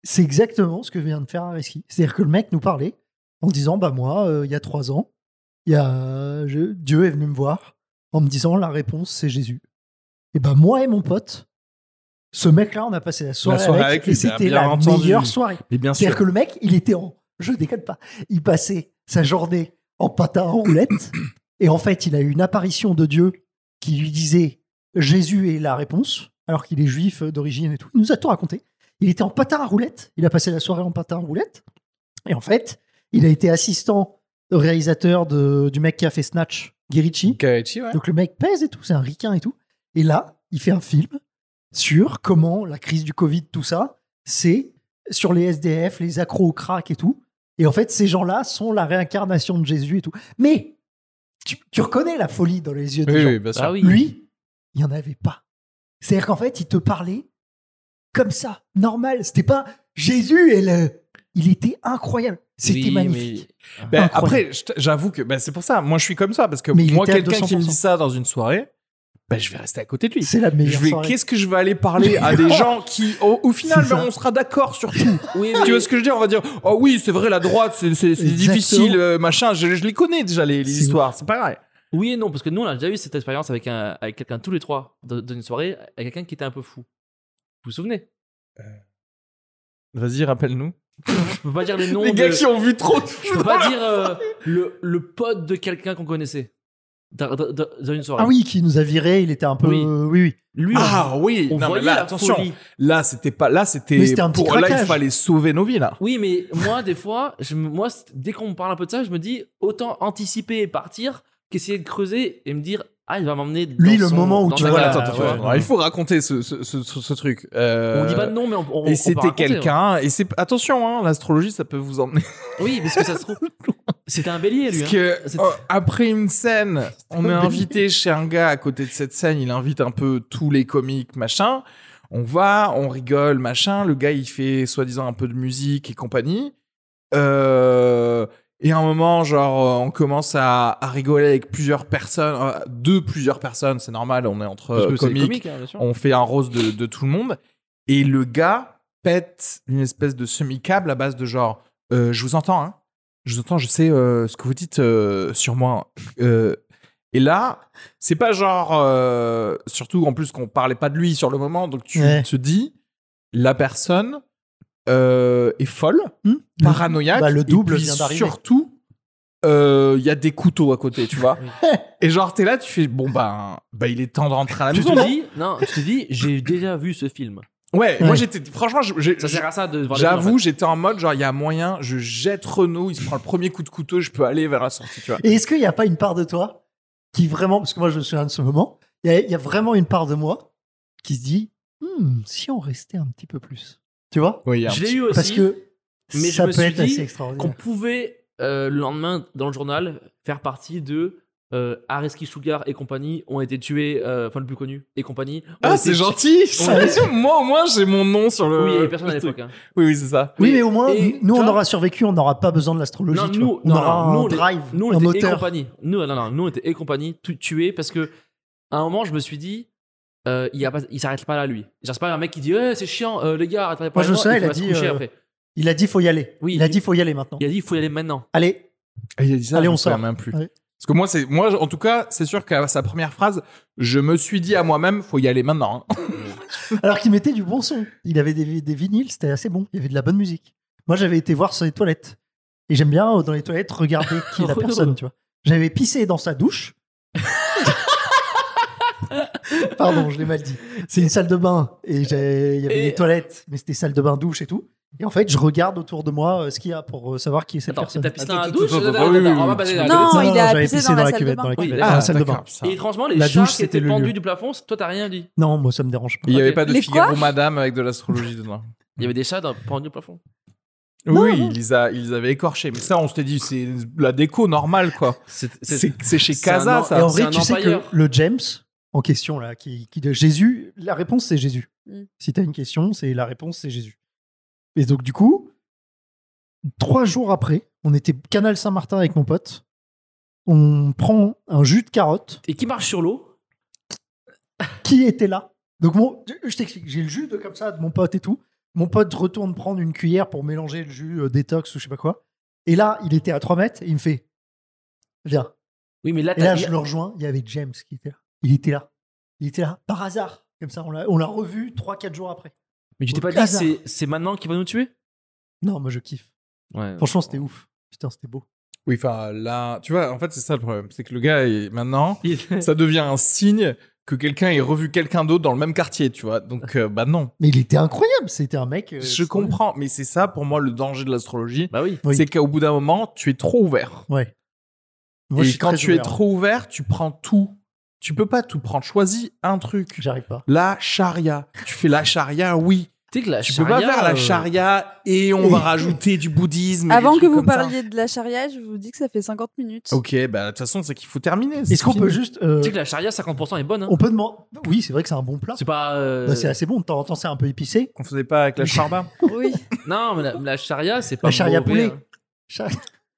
c'est exactement ce que vient de faire Ariski. C'est-à-dire que le mec nous parlait en disant Bah, moi, euh, il y a trois ans, il y a, je- Dieu est venu me voir en me disant La réponse, c'est Jésus. Et bah, moi et mon pote, ce mec-là, on a passé la soirée,
soirée avec lui,
et
bien-
c'était
bien
la
entendu.
meilleure soirée.
Et bien sûr.
C'est-à-dire que le mec, il était en. Je déconne pas. Il passait sa journée en patin en
*clears throat*
roulette. et en fait, il a eu une apparition de Dieu qui lui disait Jésus est la réponse, alors qu'il est juif d'origine et tout. Il nous a tout raconté. Il était en patin à roulette. Il a passé la soirée en patin à roulette. Et en fait, il a été assistant au réalisateur de- du mec qui a fait Snatch, Guerrici.
Kaichi, ouais.
Donc le mec pèse et tout, c'est un ricain et tout. Et là, il fait un film sur comment la crise du Covid, tout ça, c'est sur les SDF, les accros au crack et tout. Et en fait, ces gens-là sont la réincarnation de Jésus et tout. Mais tu, tu reconnais la folie dans les yeux des
Oui,
gens.
oui, bien sûr.
Ah oui.
Lui, il n'y en avait pas. C'est-à-dire qu'en fait, il te parlait comme ça, normal. C'était pas Jésus, et le... il était incroyable. C'était
Oui,
magnifique.
Ben,
Incroyable.
après, je t- j'avoue que ben, c'est pour ça. Moi, je suis comme ça parce que
Mais il
moi,
était à
quelqu'un qui me
200%.
dit ça dans une soirée, ben, je vais rester à côté de lui.
C'est la
Je
meilleure
vais,
soirée.
qu'est-ce que je vais aller parler à
*laughs*
des gens qui, au, au final,
C'est
ben,
ça.
on sera d'accord sur tout.
Oui,
*laughs* tu vois ce que je veux dire On va dire, oh oui, c'est vrai, la droite, c'est, c'est- c'est
Exactement.
difficile, euh, machin. Je, je les connais déjà les, les
C'est-
histoires. C'est pas vrai.
Oui et non, parce que nous, on a déjà eu cette expérience avec, un, avec quelqu'un, tous les trois, dans dans une soirée, avec quelqu'un qui était un peu fou. Vous vous souvenez
Vas-y, rappelle-nous.
Je peux pas dire les noms.
les gars
de-
qui ont vu trop de
Je peux *laughs* pas dire euh, le, le pote de quelqu'un qu'on connaissait dans, dans- dans- dans une soirée.
Ah oui, qui nous a viré, il était un peu.
Oui.
oui, oui.
Lui, on-
Ah oui,
on,
non, mais
voyait
là,
la
attention.
folie.
Là, c'était pas. Là, c'était.
Mais c'était un petit
pour- Là, il
craquage.
fallait sauver nos vies, là.
Oui, mais moi, des fois, je, me- moi, c'est- dès qu'on me parle un peu de ça, je me dis autant anticiper et partir qu'essayer de creuser et me dire Ah, il va m'emmener. dans
Lui, le
son-
moment où
dans
tu
sa
vois la-
galère,
attends,
tu
tu vois.
vois.
Alors, il faut raconter ce, ce- ce- ce- ce truc. Euh,
On dit pas de nom, mais on. on- on
Et
peut
c'était
raconter, hein.
quelqu'un. Et c'est attention, hein, l'astrologie, ça peut vous emmener.
ouais. Oui, parce que ça se trouve. C'était un bélier, lui.
Parce
hein.
que
C'est-
oh, après une scène, on est
un
invité chez un gars à côté de cette scène. Il invite un peu tous les comiques, machin. On va, on rigole, machin. Le gars, il fait soi-disant un peu de musique et compagnie. Euh, et à un moment, genre, euh, on commence à, à rigoler avec plusieurs personnes, euh, de plusieurs personnes. C'est normal, on est entre
Parce
euh,
que c'est
comiques.
comique, hein, bien sûr.
on fait un rose de, de tout le monde. Et le gars pète une espèce de semi-câble à base de genre euh, Je vous entends, hein. Je vous entends, je sais euh, ce que vous dites euh, sur moi. Euh, et là, c'est pas genre. euh, surtout en plus qu'on parlait pas de lui sur le moment, donc tu
Ouais.
te dis La personne euh, est folle,
Hmm
paranoïaque.
bah, le double
et puis
vient d'arriver.
Surtout. euh, Il y a des couteaux à côté, tu
*laughs*
vois.
Oui.
Et genre, t'es là, tu fais bon, bah, bah il est temps de rentrer à la
Ah, Tu
maison.
te dis, non, tu te dis, j'ai déjà vu ce film.
Ouais,
Ouais.
moi j'étais. Franchement, je- j'ai-
Ça sert à ça de voir. les films, en
j'avoue, j'étais en mode genre, il y a moyen, je jette Renault, il se prend le premier coup de couteau, je peux aller vers la sortie, tu vois.
Et est-ce qu'il n'y a pas une part de toi qui vraiment, parce que moi je me souviens de ce moment, il y, a- il y a vraiment une part de moi qui se dit Hmm, si on restait un petit peu plus. Tu vois
Oui, il y
fait.
a un
Je l'ai
petit-
eu aussi.
Parce que
mais je
ça
me
peut
suis
être
dit
assez
qu'on
extraordinaire.
pouvait euh, le lendemain dans le journal faire partie de euh, Areski Sugar et compagnie ont été tués, euh, enfin le plus connu et compagnie. ont
Ah,
été
c'est
tués-
gentil! euh, ça- *laughs* Moi, au moins, j'ai mon nom sur le.
Oui, il n'y avait personne à
le truc.
l'époque. hein.
Oui, oui, c'est ça.
Oui, mais au moins,
Et
nous,
tu
on
vois-
aura survécu, on n'aura pas besoin de l'astrologie.
Non,
tu
nous,
vois. on
non,
aura
non, nous,
un
on est-
drive,
Nous, on
un
était et
moteur.
compagnie. Nous, non, non, nous, on était et compagnie, tu- tués parce que à un moment, je me suis dit. euh, il, y a pas- il s'arrête pas là lui. Genre c'est pas un mec qui dit eh, c'est chiant euh, les gars arrêtez pas.
Moi, je
les
me souviens,
voir,
il a
faut
dit,
se coucher
euh,
après.
Il a dit faut y aller.
Oui,
il a
il-
dit faut y aller maintenant.
Il a dit il faut y aller
*laughs*
maintenant.
Allez,
Et Ah, il a dit ça,
Allez,
je
on
me souviens
sort.
même plus.
Ouais.
Parce que moi, c'est moi, en tout cas, c'est sûr qu'à sa première phrase, je me suis dit à moi-même, faut y aller maintenant. hein.
alors qu'il mettait du bon son. Il avait des, des vinyles, c'était assez bon. Il y avait de la bonne musique. Moi, j'avais été voir sur les toilettes. Et j'aime bien, euh, dans les toilettes, regarder qui est
*laughs*
la
Renaud.
personne, tu vois. J'avais pissé dans sa douche.
*laughs*
Pardon, je l'ai mal dit. C'est une salle de bain. Et j'ai- il y avait
Et-
des toilettes, mais c'était salle de bain, douche et tout. Et en fait, je regarde autour de moi euh, ce qu'il y a pour euh, savoir qui est cette
Attends c'est
personne.
ta piste dans
Attends,
la
attends,
douche.
attends,
Attends,
attends, oui, oui,
attends, on va
oui,
passer
tu
dans la
m'as
cuvette.
Non, il a
j'avais
pissé dans la salle de bain.
dans la
Oui,
cuvette,
Ah,
dans la salle de
d'accord,
bain.
ça.
Et étrangement, les
La
chats
douche,
qui
c'était
étaient
le lieu.
pendus du plafond, toi, t'as rien dit.
Non, moi, ça me dérange pas.
Il n'y avait
Ok.
pas de
Les
Figaro
quoi
Madame avec de l'astrologie dedans.
Il y avait des chats dans- pendus du plafond.
Non,
oui,
non.
Ils, les a- ils les avaient écorchés. Mais ça, on s'était dit, c'est la déco normale, quoi.
C'est
C'est c'est chez
c'est un
Casa,
an-
ça.
Et en
C'est
vrai,
un
tu sais que
empailleur.
le James en question, là, qui, qui de Jésus, la réponse c'est Jésus.
Mm.
Si tu as une question, c'est la réponse c'est Jésus. Et donc, du coup, trois jours après, on était Canal Saint-Martin avec mon pote. On prend un jus de carotte.
Et qui marche sur l'eau.
Qui était là Donc, mon, je t'explique, j'ai le jus de comme ça de mon pote et tout. Mon pote retourne prendre une cuillère pour mélanger le jus euh, détox ou je sais pas quoi. Et là, il était à 3 mètres et il me fait Viens.
Oui, mais là,
Et là,
t'as.
je le rejoins, il y avait James qui était là. Il était là. Il était là, par hasard. Comme ça, on l'a on l'a revu 3-4 jours après.
Mais tu t'es
au
pas dit,
hasard.
c'est- c'est maintenant qu'il va nous tuer
Non, moi, je kiffe.
Ouais.
Franchement, c'était ouf. Putain, c'était beau.
Oui, enfin, là, tu vois, en fait, c'est ça le problème. C'est que le gars, est, maintenant,
*laughs* Il-
ça devient un signe que quelqu'un ait revu quelqu'un d'autre dans le même quartier, tu vois. Donc, euh, bah non.
Mais il était incroyable. C'était un mec. euh,
Je
extraordinaire.
comprends, mais c'est ça, pour moi, le danger de l'astrologie.
Bah oui.
Oui.
C'est qu'au bout d'un moment, tu es trop ouvert.
Ouais. Moi, je
Et
suis
quand
très
tu es
ouvert. hein.
trop ouvert, tu prends tout. Tu peux pas tout prendre. Choisis un truc.
J'arrive pas.
La charia. Tu fais la charia, oui.
Tu sais que la
Tu
charia,
peux pas faire
euh,
la charia et on va rajouter du bouddhisme. et des
Avant que
trucs
vous
comme ça.
parliez de la charia, je vous dis que ça fait 50 minutes.
Ok, bah, de toute façon, c'est qu'il faut terminer. c'est
Est-ce qu'on
fini.
peut juste. euh,
Tu sais que la charia, 50% est bonne. hein.
on peut demander. Oui, c'est vrai que c'est un bon plat.
C'est pas. euh,
Bah, c'est assez bon. De temps en temps, c'est un peu épicé.
Qu'on faisait pas
*laughs*
avec la charba
Oui.
Non, mais la, la charia, c'est pas.
La charia
mauvais,
poulet.
hein.
Char- *laughs*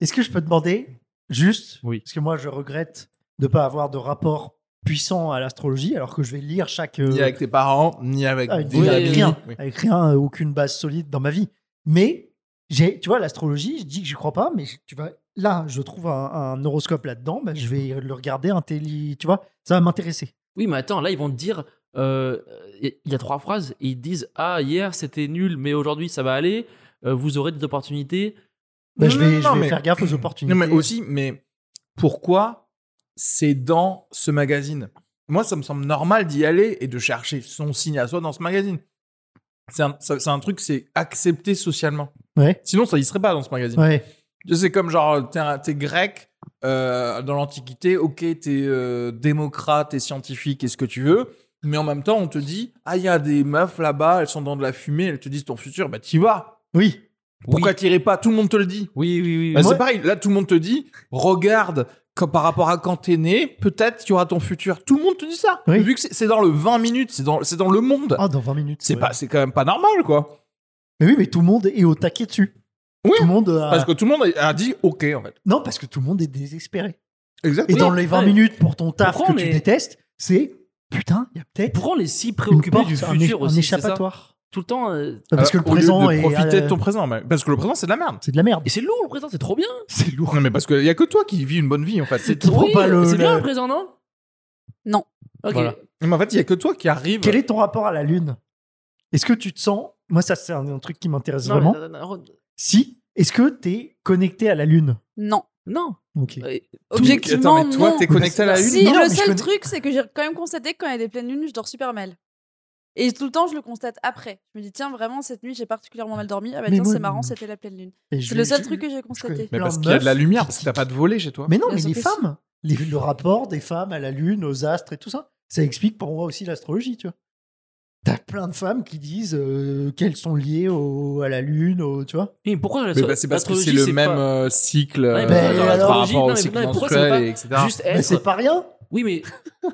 Est-ce que je peux demander juste
Oui.
Parce que moi, je regrette de ne pas avoir de rapport puissant à l'astrologie, alors que je vais lire chaque. euh,
Ni avec tes parents, ni avec
avec,
des
oui,
avec
amis.
Ah, rien,
Oui.
avec rien, euh, aucune base solide dans ma vie. Mais j'ai, tu vois, l'astrologie, je dis que je crois pas, mais je- tu vois, là, je trouve un, un horoscope là-dedans, bah, je vais le regarder, un télé, tu vois, ça va m'intéresser.
Oui, mais attends, là, ils vont te dire. euh, Il y- il y a trois phrases. et ils disent Ah, hier, c'était nul, mais aujourd'hui, ça va aller. euh, vous aurez des opportunités.
Bah, je
Non,
vais,
non,
je vais
mais-
faire gaffe
*clears throat*
aux opportunités.
Non, mais aussi, mais pourquoi c'est dans ce magazine Moi, ça me semble normal d'y aller et de chercher son signe à soi dans ce magazine. C'est un, ça- c'est un truc, c'est accepté socialement.
Ouais.
Sinon, ça n'y serait pas dans ce magazine.
Ouais.
Tu sais, C'est comme genre, t'es un- t'es grec euh, dans l'Antiquité, ok, t'es euh, démocrate, t'es scientifique et ce que tu veux, mais en même temps, on te dit, ah, il y a des meufs là-bas, elles sont dans de la fumée, elles te disent ton futur, bah t'y vas.
Oui.
Pourquoi t'irais pas Tout le monde te le dit.
Oui, oui, oui.
Bah,
Moi-
c'est pareil, là tout le monde te dit, regarde, quand, par rapport à quand t'es né, peut-être tu auras ton futur. Tout le monde te dit ça.
Oui.
Vu que c'est c'est dans le 20 minutes, c'est dans, c'est dans le monde.
Ah, dans 20 minutes.
c'est
ouais.
pas, c'est quand même pas normal, quoi.
Mais oui, mais tout le monde est au taquet dessus.
Oui,
Tout le monde a-
Parce que tout le monde a dit OK, en fait.
Non, parce que tout le monde est désespéré. Et
Exactement.
dans les 20
ouais.
minutes pour ton taf
Pourquoi
que
on
tu
est-
détestes, c'est putain, il y a peut-être
Pourquoi on est si
une
préoccupé
porte,
du
un,
futur
éch- un
aussi c'est ça
échappatoire.
Tout le temps. euh,
Parce que le
Alors, au lieu
présent
de
est.
profiter
euh,
de ton présent, mais- parce que le présent c'est de la merde.
C'est de la merde.
Et c'est lourd le présent, c'est trop bien.
C'est lourd.
Non mais parce qu'il y a que toi qui vis une bonne vie en fait.
C'est
Tu prends
trop
pas le-
C'est bien
le-
le présent, non
Non.
Ok.
Voilà. Mais en fait, il y a que toi qui arrive.
*laughs* Quel est ton rapport à la Lune Est-ce que tu te sens. Moi, ça, c'est un, un truc qui m'intéresse
Non,
vraiment.
euh,
mais- euh, non, non,
Si. Est-ce que tu es connecté à la Lune
Non.
non.
Ok.
Euh,
Objectivement,
Attends, mais toi
non.
t'es connecté à la
Merci.
lune.
Si,
Non, mais
le
je
seul
connais-
truc, c'est que j'ai quand même constaté que quand il y a des pleines lunes, je dors super mal. Et tout le temps, je le constate après. Je me dis, tiens, vraiment, cette nuit, j'ai particulièrement mal dormi. Ah bah
Mais
tiens,
moi-
c'est marrant, c'était la pleine lune.
Et je-
C'est le seul
je-
truc que j'ai
connais.
constaté.
Mais
Plein
parce
de
qu'il y a de la
meufs
lumière
qui-
parce que t'as pas de volet chez toi.
Mais non,
Bien
mais
sûr
les
que si.
femmes, les- le rapport des femmes à la Lune, aux astres et tout ça, ça explique pour moi aussi l'astrologie, tu vois. T'as plein de femmes qui disent euh, qu'elles sont liées au- à la Lune, au- tu vois.
Mais pourquoi
Mais bah, c'est parce que c'est le même euh, cycle euh,
bah,
par
alors,
rapport
logique, non,
au
mais-
cycle
non, mais pourquoi c'est
menstruel,
pas
et etc.
Juste
Mais c'est
être.
pas rien.
Oui, mais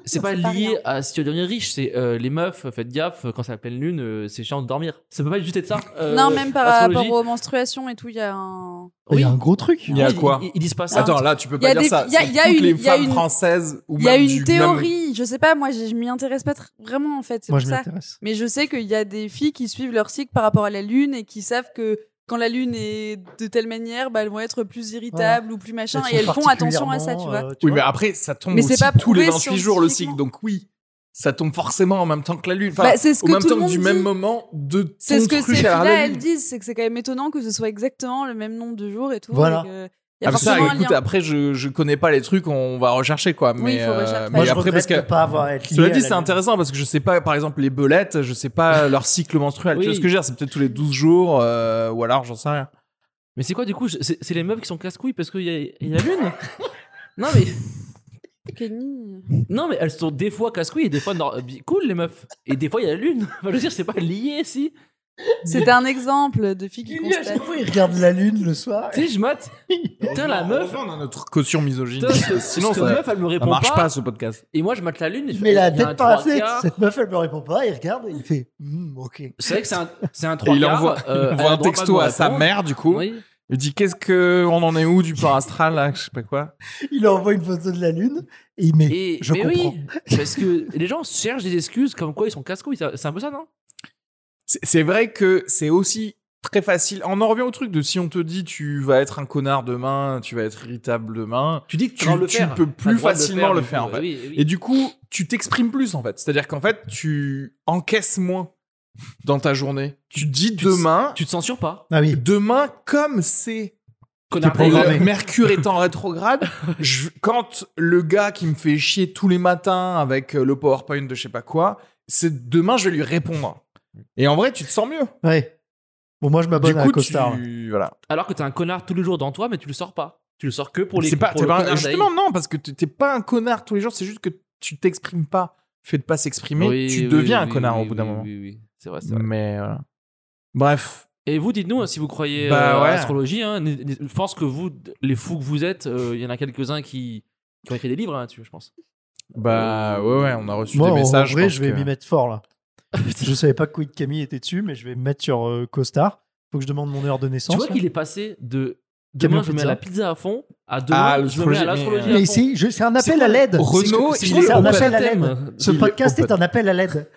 c'est pas
C'est pas
lié
rien.
à si tu veux devenir riche. C'est euh, les meufs, faites gaffe, quand c'est la pleine lune, euh, c'est chiant de dormir. Ça peut pas juste être ça. euh,
non, même par
astrologie.
rapport aux menstruations et tout, il y a un.
Il
Oui.
y a un gros truc.
Il y a
Ils-
quoi
ils, ils disent pas ça.
Attends, là tu peux
Il y
pas
a
dire
des-
ça.
il y a-
C'est
il y a
toutes
une-
les
il y a
femmes
une-
françaises ou
Il y a
même
une
du-
théorie, je sais pas, moi, je, je m'y intéresse pas tr- vraiment en fait, c'est
Moi,
pour
je
ça.
m'intéresse.
Mais je sais qu'il y a des filles qui suivent leur cycle par rapport à la lune et qui savent que quand la lune est de telle manière, bah, elles vont être plus irritables ou plus machin et elles font attention à ça, tu
euh,
vois.
Oui, mais après ça tombe
Mais
aussi
c'est pas
tous les
prouvé
28 jours le cycle,
scientifiquement.
donc oui, ça tombe forcément en même temps que la lune. Enfin,
Bah, c'est ce
au
que
même
tout le
temps
monde
du
dit.
même moment de ton
C'est ce que ces
truc à la
filles-là, elles
lune.
disent, c'est que c'est quand même étonnant que ce soit exactement le même nombre de jours et tout.
Voilà.
et que- Il y a
Ah, mais ça,
forcément un
écoute,
lien.
après, je, je connais pas les trucs, on va rechercher quoi. Mais,
Oui, il faut
euh,
rechercher.
mais
Moi, je
après, parce que.
pas avoir à être lié
Cela
à
dit,
la
c'est
Lune.
intéressant parce que je sais pas, par exemple, les belettes, je sais pas leur cycle menstruel. Tu
Oui.
vois ce que je veux dire C'est peut-être tous les 12 jours euh, ou alors j'en sais rien.
Mais c'est quoi du coup je- C'est c'est les meufs qui sont casse-couilles parce qu'il y, a- il y a la lune Non mais,
euh,
Kenny.
non mais elles sont des fois casse-couilles et des fois nor- cool les meufs. Et des fois il y a la lune. *laughs* Enfin, je veux dire, c'est pas lié si.
C'était un exemple de filles qui
Lui, à chaque
constatent.
fois, il regarde la Lune le soir.
Tu sais,
*laughs*
je mate. Putain, la meuf.
Ah, On a notre caution misogyne. *laughs*
Putain, ce-
Sinon,
cette
ça,
meuf elle me
ça
répond
marche
pas,
pas. ce podcast.
Et moi je mate la lune. et je
Il
fais,
met la
il y a
tête
un
par la
trois
fenêtre.
quarts.
Cette meuf, elle me répond pas. Il regarde et il fait Hmm, Ok.
C'est vrai que c'est un, c'est un euh,
Et
3
il envoie, il envoie un texto à sa mère, du coup.
*laughs*
Oui.
Il dit Qu'est-ce que. On en est où du plan astral, là Je sais pas quoi.
Il envoie une photo de la Lune et il met
Et,
Je
mais
comprends.
oui, *laughs* parce que les gens cherchent des excuses comme quoi ils sont casse-couilles. C'est c'est un peu ça, non
C'est c'est vrai que c'est aussi très facile. On en revient au truc de si on te dit tu vas être un connard demain, tu vas être irritable demain.
Tu dis que
tu-
tu, vas le
tu
faire.
peux
T'as
plus
le droit de
facilement le
du
faire,
coup.
en fait.
Oui, oui.
Et du coup, tu t'exprimes plus en fait. C'est-à-dire qu'en fait, tu encaisses moins dans ta journée. Tu dis
te-
demain,
tu te censures pas.
Ah oui.
demain comme c'est
Connard.
T'es programmé.
le Mercure est en
*laughs*
rétrograde, je- quand le gars qui me fait chier tous les matins avec euh, le PowerPoint de je sais pas quoi, c'est demain je vais lui répondre. Et en vrai, tu te sens mieux.
Ouais. Bon, moi, je
Du
m'abonne à
coup,
Costard.
tu voilà.
Alors que t'es un connard tous les jours dans toi, mais tu le sors pas. Tu le sors que pour les.
C'est pas,
pour
t'es
le
pas un-
connard
justement
d'Aïe.
non parce que t'es t'es pas un connard tous les jours, c'est juste que tu t'exprimes pas. Fait de pas s'exprimer,
Oui,
tu
oui,
deviens
oui,
un connard
oui,
au bout d'un
oui,
moment.
Oui, oui, c'est vrai, c'est vrai.
Mais euh, bref,
Et vous, dites-nous hein, si vous croyez euh,
Bah
à
ouais.
l'astrologie. hein. N- n- je pense que vous, les fous que vous êtes, euh, il y en a quelques-uns qui, qui ont écrit des livres là-dessus, je pense. Euh,
bah ouais, ouais, on a reçu
Moi,
des
en-
messages.
En vrai,
pense
je vais
que-
m'y mettre fort là. *laughs* je savais pas que Quid Camille était dessus, mais je vais me mettre sur euh, Costard. Faut que je demande mon heure de naissance.
Tu vois
là.
qu'il est passé de
Camion
demain je me mets à
pizza.
la pizza à fond à demain
Ah,
je me
l'astrologie, mais-
mets à l'astrologie à
mais
fond.
c'est, je- c'est un appel
quoi
à
le-
l'aide.
Renaud,
c'est-
il
c'est
est
un
au
appel à
thème.
l'aide. Ce
Il est
podcast
open.
est un appel à l'aide.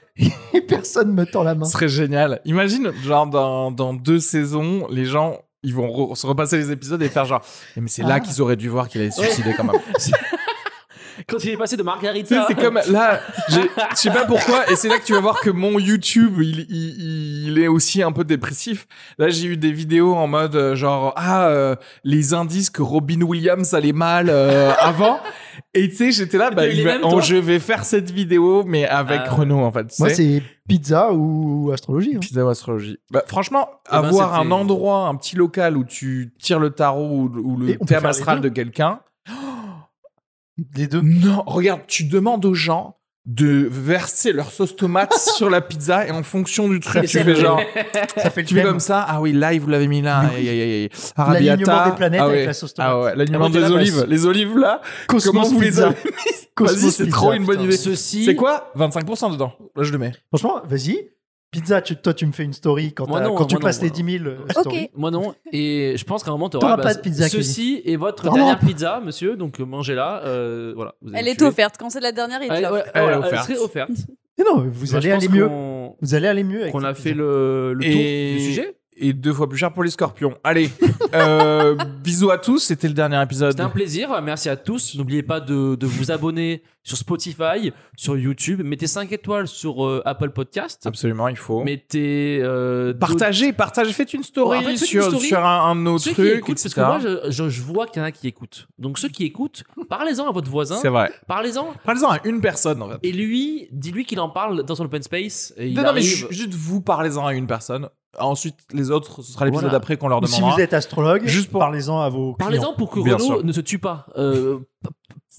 Et personne me tend la main.
Ce serait génial. Imagine, genre, dans, dans deux saisons, les gens, ils vont re- se repasser les épisodes et faire genre, Eh, mais c'est là
Ah.
qu'ils auraient dû voir qu'il allait se suicider quand même.
Quand il est passé de
Tu sais,
Margarita.
c'est comme là, j'ai- je sais pas pourquoi, et c'est là que tu vas voir que mon YouTube, il, il- il est aussi un peu dépressif. Là, j'ai eu des vidéos en mode euh, genre ah euh, les indices que Robin Williams allait mal euh, avant, et tu sais, j'étais là, bah
T'as eu les
je vais,
mêmes,
oh,
toi
je vais faire cette vidéo mais avec
Ah. Mmh.
Renaud en fait. tu
Moi,
sais.
c'est pizza ou astrologie. hein.
Pizza ou astrologie. Bah, franchement,
Eh ben,
avoir
c'était-
un endroit, un petit local où tu tires le tarot ou, ou
Et
le
on peut
thème
faire les
astral
deux.
de quelqu'un.
Les deux.
Non, regarde, tu demandes aux gens de verser leur sauce
*laughs*
tomate sur la pizza et en fonction du truc, tu
fait
fais
le-
genre,
Ça fait le
tu fais
thème.
comme ça. Ah oui, là, vous l'avez mis là.
Du
Aïe, aïe, aïe, aïe.
L'alignement
Arabiata.
des planètes
ah
avec
ouais.
la sauce tomate.
Ah ouais, l'alignement
Ah ouais,
des
t'es là,
olives.
bah,
Les olives là,
Cosmos
comment vous les
Pizza.
avez Vas-y, c'est
Pizza,
trop une bonne
putain.
idée.
Ceci.
C'est quoi 25% dedans. Là, je le mets.
Franchement, vas-y. Pizza, tu- toi, tu me fais une story quand,
Moi
t'as-
non,
quand tu
moi non,
passes
moi
les 10 000
non.
euh, stories.
Moi non, et je pense qu'à un moment, t'auras bah,
T'auras pas de pizza,
Ceci est votre
Vraiment
dernière pizza, monsieur, donc mangez-la. euh, voilà, vous allez
Elle
me
est
tuer.
offerte. Quand c'est la dernière, il te
Elle,
l'offre.
ouais,
Elle est
voilà, elle
offerte.
serait offerte.
Mais non, vous
Bah, je
allez
pense
aller mieux.
qu'on-
Vous allez aller mieux. avec
Qu'on
cette
a fait
pizza.
le, le tour
Et-
du sujet.
Et deux fois plus cher pour les scorpions. Allez, *laughs* euh, bisous à tous. C'était le dernier épisode.
C'était un plaisir. Merci à tous. N'oubliez pas de, de vous abonner sur Spotify, sur YouTube. Mettez 5 étoiles sur euh, Apple Podcast.
Absolument, il faut.
Mettez. euh,
Partagez, partagez, faites une story,
Ouais, en fait, faites une
sur,
story.
sur un, un de nos
Ceux
trucs.
qui écoutent, parce
etc.
que moi, je, je- je vois qu'il y en a qui écoutent. Donc, ceux qui écoutent, parlez-en à votre voisin.
C'est vrai.
Parlez-en.
Parlez-en à une personne, en fait.
Et lui, dis-lui qu'il en parle dans son open space. Et il
non, non, mais
arrive.
ju- juste vous, parlez-en à une personne. Ensuite, les autres, ce sera l'épisode
Voilà.
d'après qu'on leur
Ou Si
demandera.
vous êtes astrologue,
Juste pour-
parlez-en à vos clients.
Parlez-en pour que
Bien
Renault
sûr.
ne se tue pas. Euh, p-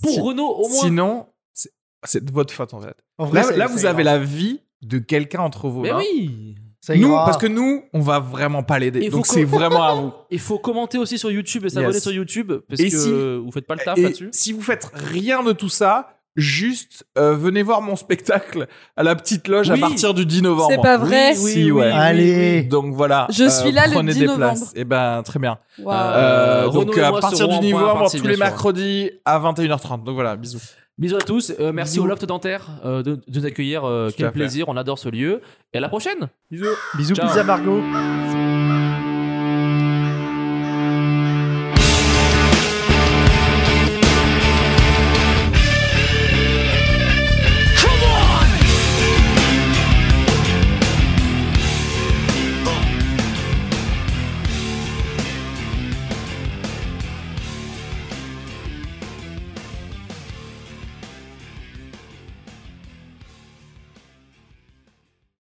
pour
Si-
Renault, au moins.
Sinon, c'est- c'est de votre faute, en fait.
En
Là,
vrai, ça-
là,
ça
vous
ira.
avez la vie de quelqu'un entre vous.
mais
hein.
oui.
Ça
Nous,
ira.
parce que nous, on va vraiment pas
Il
l'aider.
faut
Donc,
que-
c'est vraiment à vous.
Il faut commenter aussi sur YouTube et s'abonner
Yes.
sur YouTube parce
Et
que
si-
euh, vous faites pas le *laughs* taf
Et
là-dessus.
si vous faites rien de tout ça, juste euh, venez voir mon spectacle à la petite loge
Oui.
à partir du 10 novembre.
C'est pas vrai.
Oui, si, ouais.
Allez.
Donc voilà. Euh,
Je suis là le
prenez
10
des
novembre.
places. Eh ben très bien.
Waouh.
Euh,
Renaud
donc
et
à
moi
partir
serons
du
en
niveau
point à
novembre
partir,
tous
bien
les
sûr.
mercredis à 21h30. Donc voilà, bisous.
Bisous à tous. Euh, merci
Bisous.
au Loft Dentaire euh, de, de nous accueillir. euh,
Tout à
quel
fait.
plaisir. On adore ce lieu. Et à la prochaine.
Bisous.
Bisous,
Ciao.
pizza Margot.